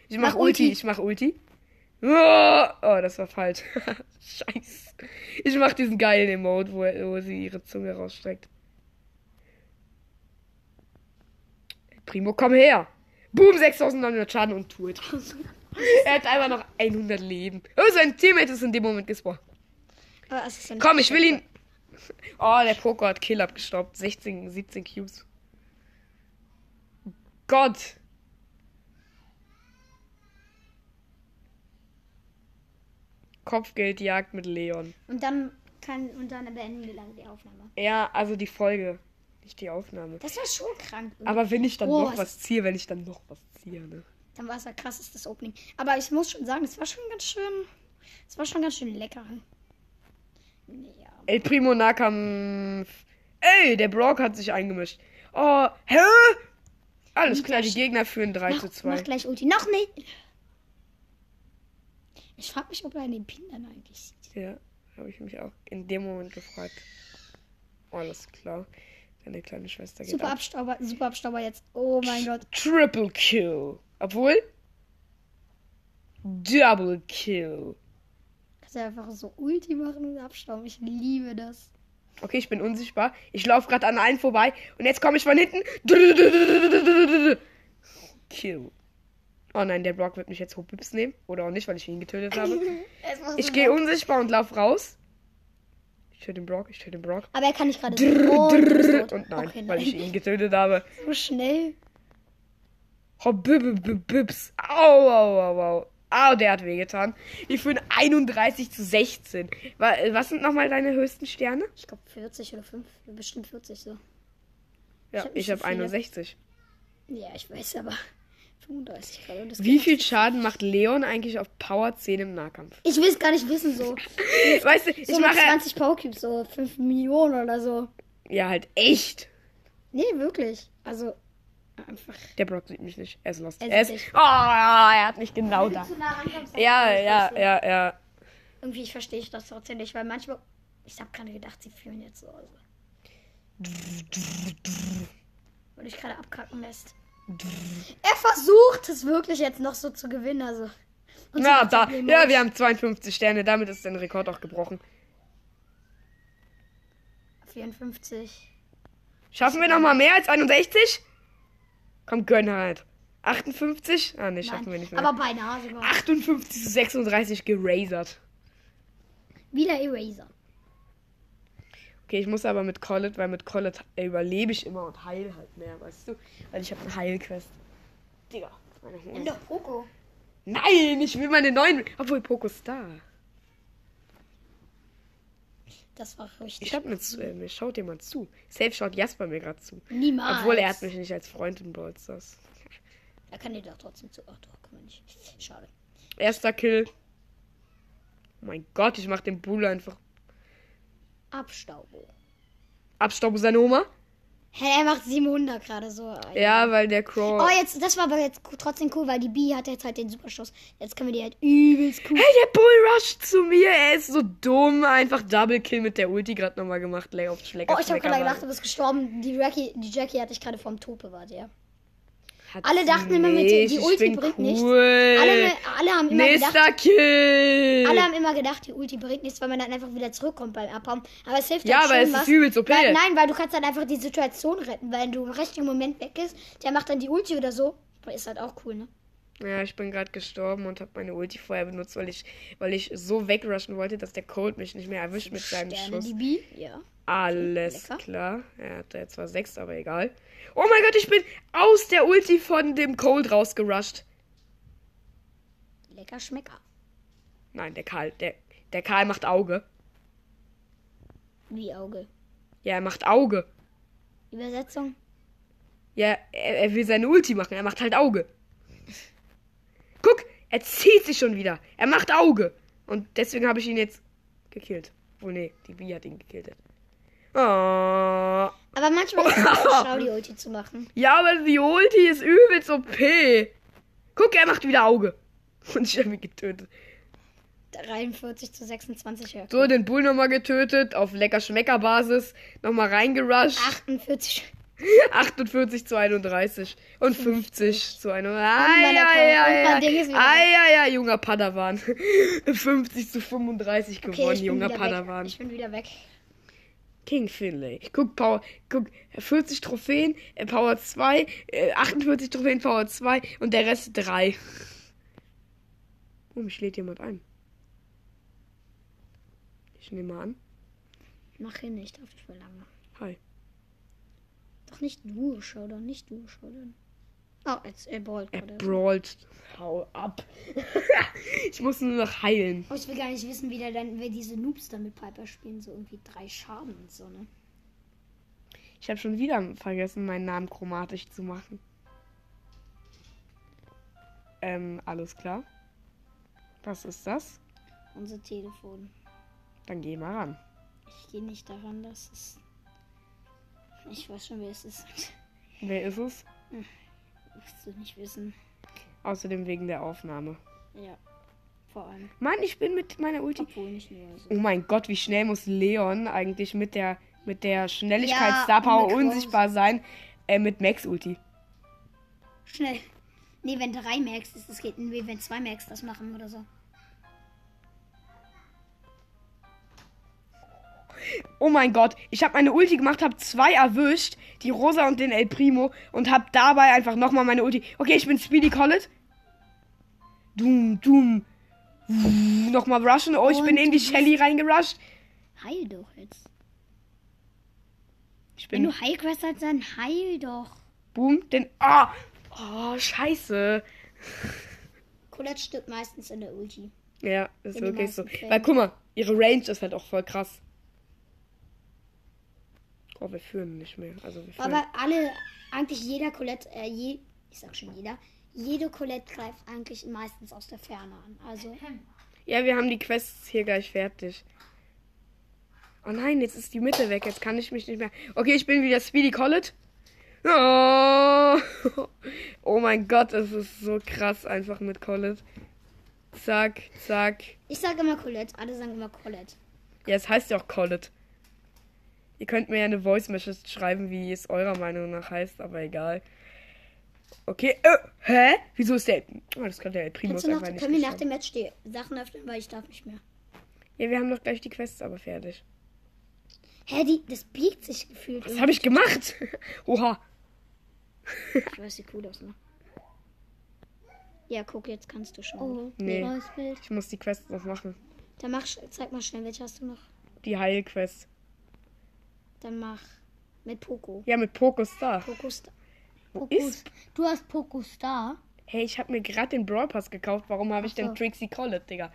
Speaker 1: Ich mach,
Speaker 2: Mach
Speaker 1: Ulti.
Speaker 2: Ulti.
Speaker 1: ich mach Ulti. Oh, oh, das war falsch. <laughs> Scheiße. Ich mach diesen geilen Emote, wo, wo sie ihre Zunge rausstreckt. Primo, komm her. Boom, 6900 Schaden und tut. <laughs> er hat einfach noch 100 Leben. Oh, sein Teammate ist in dem Moment gespawnt.
Speaker 2: Aber es ist ja nicht
Speaker 1: Komm, ich will ihn. Oh, der Poker hat Kill abgestoppt. 16, 17 Cubes. Gott. Kopfgeldjagd mit Leon.
Speaker 2: Und dann kann und dann beenden wir lange die Aufnahme.
Speaker 1: Ja, also die Folge, nicht die Aufnahme.
Speaker 2: Das war schon krank. irgendwie.
Speaker 1: Aber wenn ich dann
Speaker 2: Oh,
Speaker 1: noch
Speaker 2: es-
Speaker 1: was ziehe, wenn ich dann noch was ziehe, ne?
Speaker 2: Dann war es ja krass, ist das Opening. Aber ich muss schon sagen, es war schon ganz schön. Es war schon ganz schön lecker. Ja.
Speaker 1: El Primo Nahkampf. Ey, der Brock hat sich eingemischt. Oh, hä? Alles klar, die Gegner führen 3 zu
Speaker 2: Mach,
Speaker 1: 2.
Speaker 2: mach gleich Ulti. Noch nicht. Ich frage mich, ob er den Pin dann eigentlich sieht.
Speaker 1: Ja, Habe ich mich auch in dem Moment gefragt. Alles klar. Deine kleine Schwester geht
Speaker 2: Super
Speaker 1: ab.
Speaker 2: Abstauber, super Abstauber jetzt. Oh mein Gott.
Speaker 1: Triple Q. Obwohl. Double Q.
Speaker 2: Kannst du einfach so Ulti machen und abstauben. Ich liebe das.
Speaker 1: Okay, ich bin unsichtbar. Ich laufe gerade an einen vorbei und jetzt komme ich von hinten. Q. Oh nein, der Block wird mich jetzt hochbips nehmen. Oder auch nicht, weil ich ihn getötet habe.
Speaker 2: <laughs> Es war so
Speaker 1: Ich um- gehe unsichtbar und lauf raus. Ich töte den Brock, ich töte den Brock.
Speaker 2: Aber er kann nicht gerade. Oh, du bist tot.
Speaker 1: Und nein,
Speaker 2: okay,
Speaker 1: weil
Speaker 2: nein.
Speaker 1: ich ihn getötet habe.
Speaker 2: so schnell.
Speaker 1: Oh, bib, bib, bips. Au, au, au, au. Au, der hat wehgetan. Die führen 31 zu 16. Wa- äh, Was sind nochmal deine höchsten Sterne?
Speaker 2: Ich glaube 40 oder 5. Bestimmt 40 so.
Speaker 1: Ja,
Speaker 2: hab nicht
Speaker 1: ich habe
Speaker 2: so viele.
Speaker 1: 61.
Speaker 2: Ja, ich weiß aber. 35 gerade. Und das
Speaker 1: Wie
Speaker 2: geht
Speaker 1: viel
Speaker 2: nicht.
Speaker 1: Schaden macht Leon eigentlich auf Power 10 im Nahkampf?
Speaker 2: Ich will es gar nicht wissen, so.
Speaker 1: Weißt du,
Speaker 2: So
Speaker 1: ich
Speaker 2: mit
Speaker 1: mache.
Speaker 2: 20 Powercubes, so 5 Millionen oder so.
Speaker 1: Ja, halt echt.
Speaker 2: Nee, wirklich. Also, einfach.
Speaker 1: Der Brock sieht mich nicht. Er ist lost.
Speaker 2: Er
Speaker 1: Er
Speaker 2: sieht
Speaker 1: ist. Oh, er hat mich genau da.
Speaker 2: Zu nah rankommst, dann
Speaker 1: Ja,
Speaker 2: kann ich
Speaker 1: ja,
Speaker 2: das sehen.
Speaker 1: ja, ja.
Speaker 2: Irgendwie verstehe ich das trotzdem nicht, weil manchmal. Ich habe gerade gedacht, sie führen jetzt so. Also. Weil ich gerade abkacken lässt. Er versucht es wirklich jetzt noch so zu gewinnen, also. Und
Speaker 1: Na,
Speaker 2: sie
Speaker 1: da.
Speaker 2: macht den
Speaker 1: Ja,
Speaker 2: Mond.
Speaker 1: wir haben 52 Sterne. Damit ist dein Rekord auch gebrochen.
Speaker 2: 54.
Speaker 1: Schaffen wir noch mal mehr als 61? Komm, gönn halt. 58? Ah, nee, schaffen wir
Speaker 2: Nein,
Speaker 1: nicht mehr.
Speaker 2: aber beinahe sogar.
Speaker 1: 58 zu 36 gerasert.
Speaker 2: Wieder Eraser.
Speaker 1: Okay, ich muss aber mit Collet, weil mit Collet äh, überlebe ich immer und heil halt mehr, weißt du? Weil ich habe eine Heilquest. Digga. meine Hose.
Speaker 2: Nimm doch Poco.
Speaker 1: Nein, ich will meine neuen. Obwohl, Poco ist da.
Speaker 2: Das war richtig.
Speaker 1: Ich hab mir, zu, äh, mir schaut jemand zu. Safe schaut Jasper mir gerade zu.
Speaker 2: Niemals.
Speaker 1: Obwohl, er hat mich nicht als Freund in Brawl Stars.
Speaker 2: Er kann dir doch trotzdem zu. Ach doch, kann man nicht. Schade.
Speaker 1: Erster Kill. Oh mein Gott, ich mach den Bulle einfach.
Speaker 2: Abstaubo.
Speaker 1: Abstauben seine Oma.
Speaker 2: Hä, er macht 700 gerade so.
Speaker 1: Ja, weil der Crow.
Speaker 2: Oh, jetzt, das war aber jetzt co- trotzdem cool, weil die Bee hat jetzt halt den Superschuss. Jetzt können wir die halt übelst cool.
Speaker 1: Hey, der Bull rusht zu mir. Er ist so dumm. Einfach Double Kill mit der Ulti gerade nochmal gemacht. Layoff Schlecker.
Speaker 2: Oh, ich habe
Speaker 1: Schlecker,
Speaker 2: gerade gedacht,
Speaker 1: Wagen.
Speaker 2: du bist gestorben. Die, Jackie, die Jackie hat dich gerade vorm Tod bewahrt, ja.
Speaker 1: Hat
Speaker 2: alle
Speaker 1: sie
Speaker 2: dachten immer, mit dem- die
Speaker 1: nicht.
Speaker 2: Ulti
Speaker 1: ich bin
Speaker 2: bringt
Speaker 1: cool.
Speaker 2: nichts. Alle, ne, alle haben immer
Speaker 1: Nächster
Speaker 2: gedacht,
Speaker 1: Kill.
Speaker 2: alle haben immer gedacht, die Ulti bringt nichts, weil man dann einfach wieder zurückkommt beim Abhauen. Aber es hilft
Speaker 1: Ja,
Speaker 2: halt
Speaker 1: aber
Speaker 2: schon
Speaker 1: es ist
Speaker 2: was,
Speaker 1: übelst OP.
Speaker 2: Weil, nein, weil du kannst dann einfach die Situation retten, weil du im richtigen Moment weg ist. Der macht dann die Ulti oder so. Aber Ist halt auch cool, ne?
Speaker 1: ja, ich bin gerade gestorben und habe meine Ulti vorher benutzt, weil ich, weil ich so wegrushen wollte, dass der Cold mich nicht mehr erwischt mit seinem
Speaker 2: Sterne,
Speaker 1: Schuss.
Speaker 2: die Bee. Ja.
Speaker 1: Alles
Speaker 2: Lecker.
Speaker 1: klar. Er hat da zwar sechs, aber egal. Oh mein Gott, ich bin aus der Ulti von dem Cold rausgerusht.
Speaker 2: Lecker Schmecker.
Speaker 1: Nein, der Karl, der, der Karl macht Auge.
Speaker 2: Wie Auge.
Speaker 1: Ja, er macht Auge.
Speaker 2: Übersetzung.
Speaker 1: Ja, er, er will seine Ulti machen. Er macht halt Auge. Guck, er zieht sich schon wieder. Er macht Auge. Und deswegen habe ich ihn jetzt gekillt. Wohl, nee, die Bee hat ihn gekillt. Oh.
Speaker 2: Aber
Speaker 1: <laughs>
Speaker 2: manchmal ist es auch schlau, die Ulti zu machen.
Speaker 1: Ja, aber die Ulti ist übelst OP. Guck, er macht wieder Auge. <laughs> Und ich habe ihn getötet.
Speaker 2: 43 zu 26 Herr.
Speaker 1: So, den Bull nochmal getötet. Auf lecker-schmecker-Basis. Nochmal reingerusht.
Speaker 2: 48.
Speaker 1: 48 zu 31 und 50 zu 1.
Speaker 2: Mann, der Paul. Und mein Ding ist wieder
Speaker 1: ja, junger Padawan. <laughs> 50 zu 35
Speaker 2: Okay,
Speaker 1: gewonnen,
Speaker 2: ich bin
Speaker 1: junger
Speaker 2: wieder
Speaker 1: Padawan.
Speaker 2: Weg. Ich bin wieder weg.
Speaker 1: King Finlay. Guck, Power, guck, 40 Trophäen, äh, Power 2, äh, 48 Trophäen, Power 2 und der Rest 3. Oh, mich lädt jemand ein. Ich nehme mal an.
Speaker 2: Mach hin, ich darf nicht mehr lange.
Speaker 1: Hi.
Speaker 2: Doch nicht du, Showdown, nicht du, Showdown. Oh, jetzt er ballt
Speaker 1: Er
Speaker 2: gerade.
Speaker 1: brawlt. Hau ab. <laughs> ich muss nur noch heilen.
Speaker 2: Oh, ich will gar nicht wissen, wie der dann, wer diese Noobs dann mit Piper spielen, so irgendwie drei Schaden und so, ne?
Speaker 1: Ich habe schon wieder vergessen, meinen Namen chromatisch zu machen. Ähm, alles klar. Was ist das?
Speaker 2: Unser Telefon.
Speaker 1: Dann geh mal ran.
Speaker 2: Ich gehe nicht daran, das ist. Ich weiß schon, wer es ist. <laughs>
Speaker 1: Wer ist es?
Speaker 2: Musst du nicht wissen.
Speaker 1: Außerdem wegen der Aufnahme.
Speaker 2: Ja. Vor allem.
Speaker 1: Mann, ich bin mit meiner Ulti.
Speaker 2: Obwohl nicht nur so.
Speaker 1: Oh mein Gott, wie schnell muss Leon eigentlich mit der, mit der Schnelligkeit
Speaker 2: Ja,
Speaker 1: Star Power
Speaker 2: mit Rose.
Speaker 1: unsichtbar sein? Äh, mit Max Ulti.
Speaker 2: Schnell. Nee, wenn drei merkst, ist das geht. Nee, wenn zwei merkst, das machen oder so.
Speaker 1: Oh mein Gott, ich habe meine Ulti gemacht, habe zwei erwischt, die Rosa und den El Primo und habe dabei einfach nochmal meine Ulti. Okay, ich bin Speedy Collet. Dum, dum. Nochmal rushen. Oh, ich bin
Speaker 2: Und
Speaker 1: in die Shelly reingerusht.
Speaker 2: Heil doch jetzt.
Speaker 1: Ich
Speaker 2: Wenn
Speaker 1: bin.
Speaker 2: du Heilquest hast, dann heil doch.
Speaker 1: Boom, den. Ah! Oh, scheiße.
Speaker 2: Colette stirbt meistens in der Ulti.
Speaker 1: Ja, das ist
Speaker 2: In den
Speaker 1: wirklich so.
Speaker 2: meisten Fällen.
Speaker 1: Weil guck mal, ihre Range ist halt auch voll krass. Oh, wir führen nicht mehr. Also wir führen.
Speaker 2: Aber alle, eigentlich jeder Colette, äh, je, ich sag schon jeder, jede Colette greift eigentlich meistens aus der Ferne an. Also,
Speaker 1: Ja, wir haben die Quests hier gleich fertig. Oh nein, jetzt ist die Mitte weg. Jetzt kann ich mich nicht mehr. Okay, ich bin wieder Speedy Collet. Oh, <laughs> oh mein Gott, es ist so krass einfach mit Collet. Zack, zack.
Speaker 2: ich sage immer Colette, alle sagen immer Colette.
Speaker 1: Ja, es heißt ja auch Collet. Ihr könnt mir ja eine Voice Message schreiben, wie es eurer Meinung nach heißt, aber egal. Okay, äh, hä? Wieso ist der... Oh, das kann der Primus
Speaker 2: Kannst du nach,
Speaker 1: einfach nicht
Speaker 2: können wir nach
Speaker 1: geschafft.
Speaker 2: dem Match die Sachen öffnen, weil ich darf nicht mehr.
Speaker 1: Ja, wir haben doch gleich die Quests aber fertig.
Speaker 2: Hä, die, das biegt sich gefühlt.
Speaker 1: Was habe ich gemacht? <laughs> Oha.
Speaker 2: Ich weiß, sieht cool aus, ne? Ja, guck, jetzt kannst du schon.
Speaker 4: Oh,
Speaker 1: Nee.
Speaker 4: neues Bild.
Speaker 1: Ich muss die Quest noch machen.
Speaker 2: Dann mach, sch- zeig mal schnell, welche hast du noch?
Speaker 1: Die Heilquest.
Speaker 2: Dann mach mit Poco.
Speaker 1: Ja, mit Pokostar.
Speaker 2: Poco ist
Speaker 1: Wo
Speaker 4: Pokus.
Speaker 1: ist?
Speaker 4: Du hast Pokustar.
Speaker 1: Hey, ich habe mir gerade den Brawl Pass gekauft. Warum habe ich
Speaker 4: Ach so.
Speaker 1: denn Trixie Collet, Digga?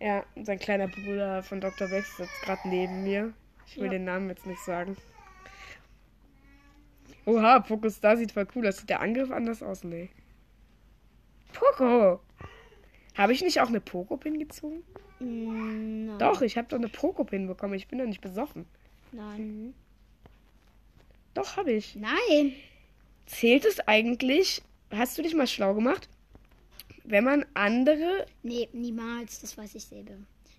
Speaker 1: Ja, sein kleiner Bruder von Dr. Bex sitzt gerade neben mir. Ich will
Speaker 2: Ja.
Speaker 1: den Namen jetzt nicht sagen. Oha, Pokostar sieht voll cool aus. Sieht der Angriff anders aus? Nee. Poco! Habe ich nicht auch eine Pokopin gezogen?
Speaker 2: Mm, nein.
Speaker 1: Doch, ich habe doch eine Pokopin bekommen. Ich bin doch nicht besoffen.
Speaker 2: Nein.
Speaker 1: Doch, habe ich.
Speaker 2: Nein.
Speaker 1: Zählt es eigentlich, hast du dich mal schlau gemacht, wenn man andere.
Speaker 2: Nee, niemals. Das weiß ich selber.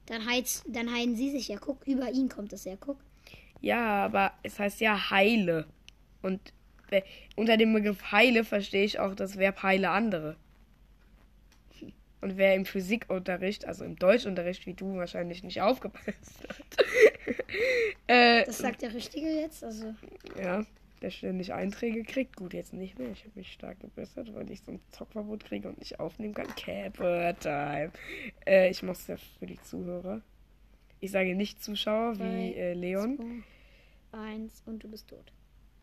Speaker 2: Dann, heiz, dann heilen sie sich ja. Guck, über ihn kommt das ja. Guck.
Speaker 1: Ja, aber es heißt ja heile. Und we- unter dem Begriff heile verstehe ich auch das Verb heile andere. Und wer im Physikunterricht, also im Deutschunterricht, wie du wahrscheinlich nicht aufgepasst hat, äh,
Speaker 2: Das sagt der Richtige jetzt. Also,
Speaker 1: ja, der ständig Einträge kriegt. Gut, jetzt nicht mehr. Ich habe mich stark gebessert, weil ich so ein Zockverbot kriege und nicht aufnehmen kann. Caper Time. Äh, ich mach's ja für die Zuhörer. Ich sage nicht Zuschauer wie
Speaker 2: Drei,
Speaker 1: äh, Leon.
Speaker 2: zwei, eins und du bist tot.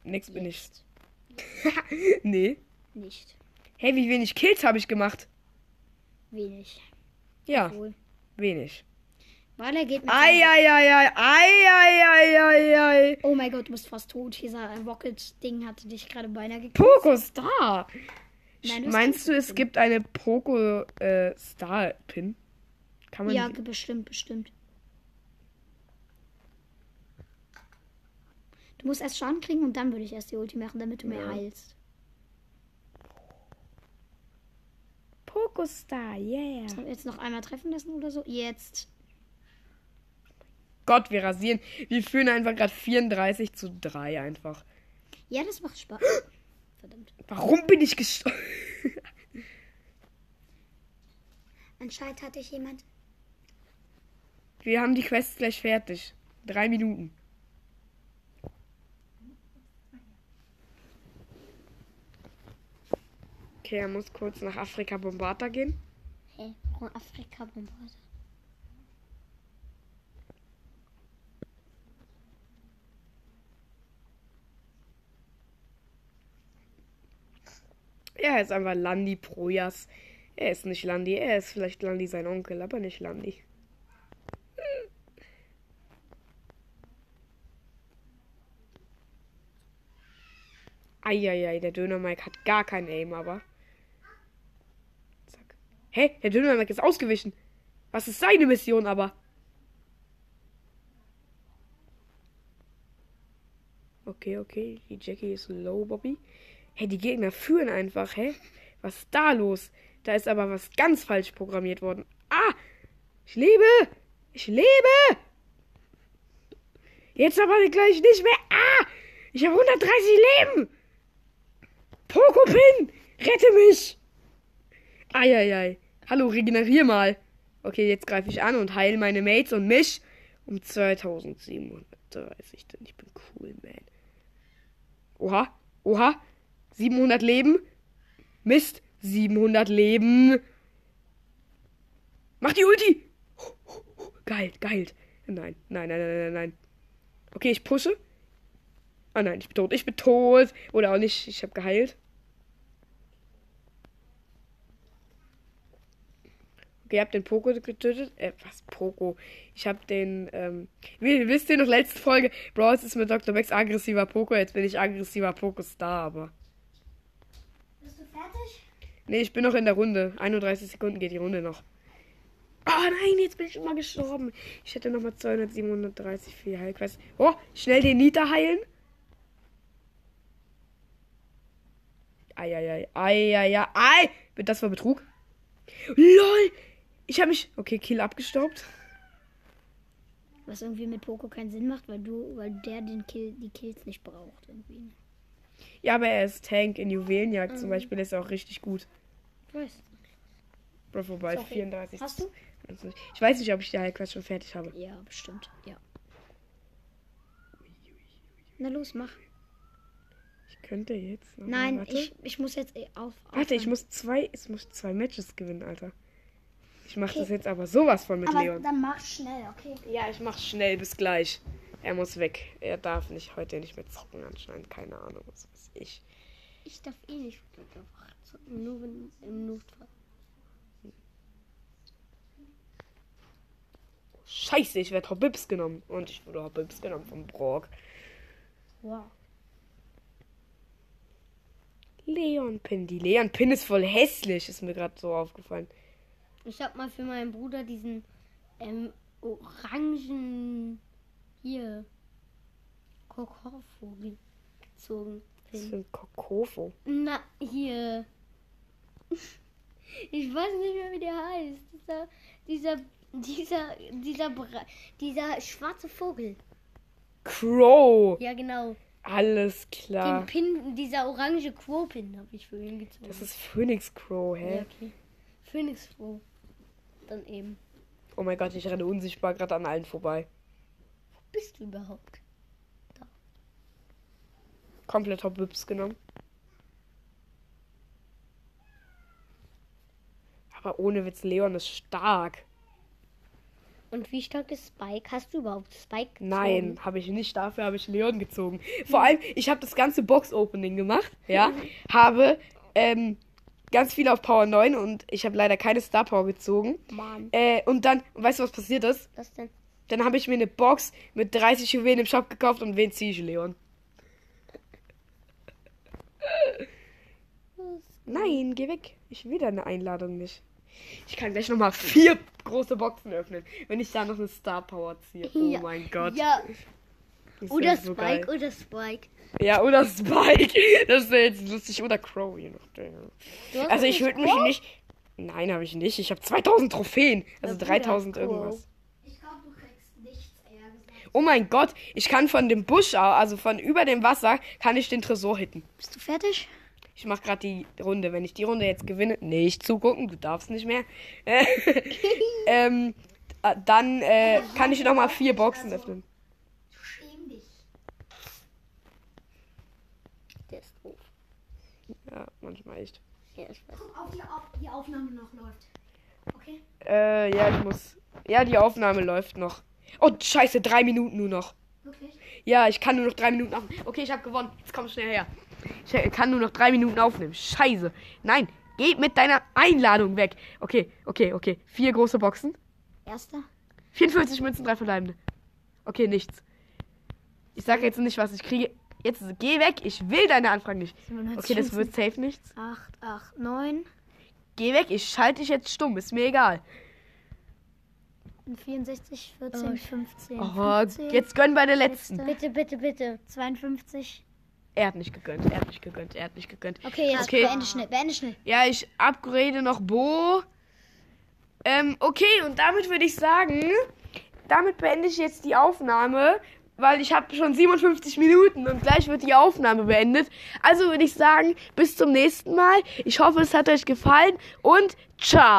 Speaker 1: Nix bin ich.
Speaker 2: Jetzt.
Speaker 1: Nee.
Speaker 2: Nicht.
Speaker 1: Hey, wie wenig Kills habe ich gemacht?
Speaker 2: Wenig.
Speaker 1: Ja,
Speaker 2: Wohl.
Speaker 1: wenig.
Speaker 2: Weil er geht mit
Speaker 1: Ei, ei, ei, ei, ei, ei, ei, ei, ei.
Speaker 2: Oh mein Gott, du bist fast tot. Dieser Rocket-Ding hatte dich gerade beinahe gekillt.
Speaker 1: Pokostar.
Speaker 2: Nein, du hast
Speaker 1: Meinst du,
Speaker 2: keine
Speaker 1: es
Speaker 2: Pin.
Speaker 1: gibt eine Poko-Star-Pin? Kann man
Speaker 2: Ja,
Speaker 1: die-
Speaker 2: bestimmt, bestimmt. Du musst erst Schaden kriegen und dann würde ich erst die Ulti machen, damit du mehr heilst.
Speaker 1: Pokostar, yeah.
Speaker 2: Sollen wir jetzt noch einmal treffen lassen oder so? Jetzt.
Speaker 1: Gott, wir rasieren. Wir führen einfach gerade 34 zu 3 einfach.
Speaker 2: Ja, das macht <gasps> Spaß. Verdammt.
Speaker 1: Warum bin ich gestorben?
Speaker 2: Anscheinend hatte ich jemand.
Speaker 1: <laughs> Wir haben die Quest gleich fertig. Drei Minuten. Okay, er muss kurz nach Afrika Bombata gehen.
Speaker 4: Hä? Warum Afrika Bombarde?
Speaker 1: Er ist einfach Landi Projas. Er ist nicht Landi, er ist vielleicht Landi sein Onkel, aber nicht Landi. Eieiei, der Döner Mike hat gar kein Aim, aber. Zack. Hä? Der Döner Mike ist ausgewichen. Was ist seine Mission aber? Okay, okay. Die Jackie ist low, Bobby. Hä, die Gegner führen einfach, hä? Was ist da los? Da ist aber was ganz falsch programmiert worden. Ah! Ich lebe! Ich lebe! Jetzt aber gleich nicht mehr. Ah! Ich habe 130 Leben! Pokopin! Rette mich! Eieiei. Hallo, regenerier mal. Okay, jetzt greife ich an und heile meine Mates und mich um 2730. Denn ich bin cool, man. Oha, oha. 700 Leben. Mist, 700 Leben. Mach die Ulti! Geil, geil. Nein, nein, nein, nein, nein, nein. Okay, ich pushe. Ah nein, ich bin tot. Ich bin tot. Oder auch nicht. Ich habe geheilt. Okay, ich habe den Poco getötet. Äh, was Poco? Ich habe den, ähm... Wie, wisst ihr noch, letzte Folge? Bro, es ist mit Dr. Max aggressiver Poco. Jetzt bin ich aggressiver Poco-Star, aber...
Speaker 3: Bist du fertig?
Speaker 1: Nee, ich bin noch in der Runde. 31 Sekunden geht die Runde noch. Oh nein, jetzt bin ich schon mal gestorben. Ich hätte nochmal 200, 730 für die Heilquest. Oh, schnell den Nita heilen. Eieiei, eieiei, ei. Das war Betrug. LOL. Ich habe mich... Okay, Kill abgestaubt.
Speaker 2: Was irgendwie mit Poco keinen Sinn macht, weil du, weil der den Kill, die Kills nicht braucht irgendwie.
Speaker 1: Ja, aber er ist Tank in Juwelenjagd
Speaker 3: Mhm.
Speaker 1: zum Beispiel. Der ist auch richtig gut.
Speaker 2: Ich weiß.
Speaker 1: Bro, vorbei.
Speaker 3: Sorry.
Speaker 1: 34.
Speaker 3: Hast du?
Speaker 1: Ich weiß nicht, ob ich die Heilquest schon fertig habe.
Speaker 2: Ja, bestimmt. Ja. Na los, mach.
Speaker 1: Ich könnte jetzt... noch mal-
Speaker 2: Nein,
Speaker 1: warte.
Speaker 2: ich, ich muss jetzt eh auf.
Speaker 1: Warte, ich
Speaker 2: aufhören.
Speaker 1: muss zwei, ich muss zwei Matches gewinnen, Alter. Ich mach das jetzt aber sowas von mit
Speaker 3: Aber
Speaker 1: Leon.
Speaker 3: dann mach schnell, okay?
Speaker 1: Ja, ich mach's schnell, bis gleich. Er muss weg. Er darf nicht heute nicht mehr zocken anscheinend. Keine Ahnung, was weiß ich.
Speaker 2: Ich darf eh nicht einfach zocken, nur wenn im Notfall.
Speaker 1: Scheiße, ich werd Hobbips genommen. Und ich wurde Hobbips genommen vom Brock.
Speaker 2: Wow.
Speaker 1: Leon Pin. Die Leon Pin ist voll hässlich, ist mir gerade so aufgefallen.
Speaker 2: Ich hab mal für meinen Bruder diesen ähm, orangen hier Kokorvogel gezogen.
Speaker 1: Was für ein Kokofo.
Speaker 2: Na, hier. <laughs> Ich weiß nicht mehr, wie der heißt. Dieser, dieser, dieser, dieser, Bra- dieser schwarze Vogel.
Speaker 1: Crow.
Speaker 2: Ja, genau.
Speaker 1: Alles
Speaker 2: Den
Speaker 1: klar.
Speaker 2: Pin, dieser orange Quo-Pin habe ich für ihn gezogen.
Speaker 1: Das ist Phoenix Crow, hä?
Speaker 2: ja, okay. Phoenix Quo. Dann eben.
Speaker 1: Oh mein Gott, ich renne unsichtbar gerade an allen vorbei.
Speaker 2: Wo bist du überhaupt?
Speaker 1: komplett Hobbips genommen. Aber ohne Witz, Leon ist stark.
Speaker 2: Und wie stark ist Spike? Hast du überhaupt Spike gezogen?
Speaker 1: Nein, habe ich nicht. Dafür habe ich Leon gezogen. Vor allem, ich habe das ganze Box-Opening gemacht.
Speaker 2: <laughs>
Speaker 1: Ja, habe ähm, ganz viel auf Power 9 und ich habe leider keine Star Power gezogen.
Speaker 2: Mann,
Speaker 1: Äh, und dann, und weißt du, was passiert ist?
Speaker 2: was denn?
Speaker 1: Dann habe ich mir eine Box mit 30 Juwelen im Shop gekauft und wen ziehe ich, Leon? Nein, geh weg. Ich will deine Einladung nicht. Ich kann gleich nochmal vier große Boxen öffnen, wenn ich da noch eine Star Power ziehe. Oh
Speaker 2: Ja.
Speaker 1: mein Gott.
Speaker 2: Ja,
Speaker 1: Ist
Speaker 2: oder
Speaker 1: das so
Speaker 2: Spike,
Speaker 1: geil.
Speaker 2: oder Spike.
Speaker 1: Ja, oder Spike. <laughs> Das wäre jetzt lustig. Oder Crow, je nachdem.
Speaker 2: Du hast
Speaker 1: Also ich
Speaker 2: doch
Speaker 1: würde mich nicht... Mein Bruder Crow? Nein, habe ich nicht. Ich habe 2000 Trophäen. Also 3000 irgendwas.
Speaker 3: Ich glaube, du kriegst nichts, eher gesagt.
Speaker 1: Oh mein Gott, ich kann von dem Busch, au- also von über dem Wasser, kann ich den Tresor hitten.
Speaker 2: Bist du fertig?
Speaker 1: Ich mache gerade die Runde. Wenn ich die Runde jetzt gewinne, nicht zugucken, du darfst nicht mehr. <laughs> Äh,
Speaker 2: <laughs>
Speaker 1: ähm, äh, dann äh, kann ich noch mal vier Boxen öffnen.
Speaker 3: Du schäm dich.
Speaker 2: Der ist doof.
Speaker 1: Ja, manchmal echt.
Speaker 2: Ja, ich weiß.
Speaker 3: Guck auf die, auf die Aufnahme noch läuft. Okay?
Speaker 1: Äh, ja, ich muss. Ja, die Aufnahme läuft noch. Oh, scheiße, drei Minuten nur noch.
Speaker 3: Wirklich?
Speaker 1: Ja, ich kann nur noch drei Minuten aufnehmen. Okay, ich habe gewonnen. Jetzt komm schnell her. Ich äh, kann nur noch drei Minuten aufnehmen. Scheiße. Nein, geh mit deiner Einladung weg. Okay, okay, okay. Vier große Boxen.
Speaker 2: Erster?
Speaker 1: 44 Münzen, drei verbleibende. Okay, nichts. Ich sage jetzt nicht, was ich kriege. Jetzt geh weg. Ich will deine Anfrage nicht.
Speaker 2: 97
Speaker 1: Okay, das wird safe nichts.
Speaker 2: 8, 8, 9
Speaker 1: Geh weg. Ich schalte dich jetzt stumm. Ist mir egal.
Speaker 2: 64, 14, 15.
Speaker 1: Oh, jetzt gönn bei der letzten.
Speaker 2: Bitte, bitte, bitte. 52.
Speaker 1: Er hat nicht gegönnt. Er hat nicht gegönnt. Er hat
Speaker 2: also
Speaker 1: nicht gegönnt.
Speaker 2: Okay, jetzt
Speaker 1: Okay.
Speaker 2: beende schnell, beende schnell.
Speaker 1: Ja, ich upgrade noch Bo. Ähm, okay, und damit würde ich sagen, damit beende ich jetzt die Aufnahme, weil ich habe schon 57 Minuten und gleich wird die Aufnahme beendet. Also würde ich sagen, bis zum nächsten Mal. Ich hoffe, es hat euch gefallen und ciao.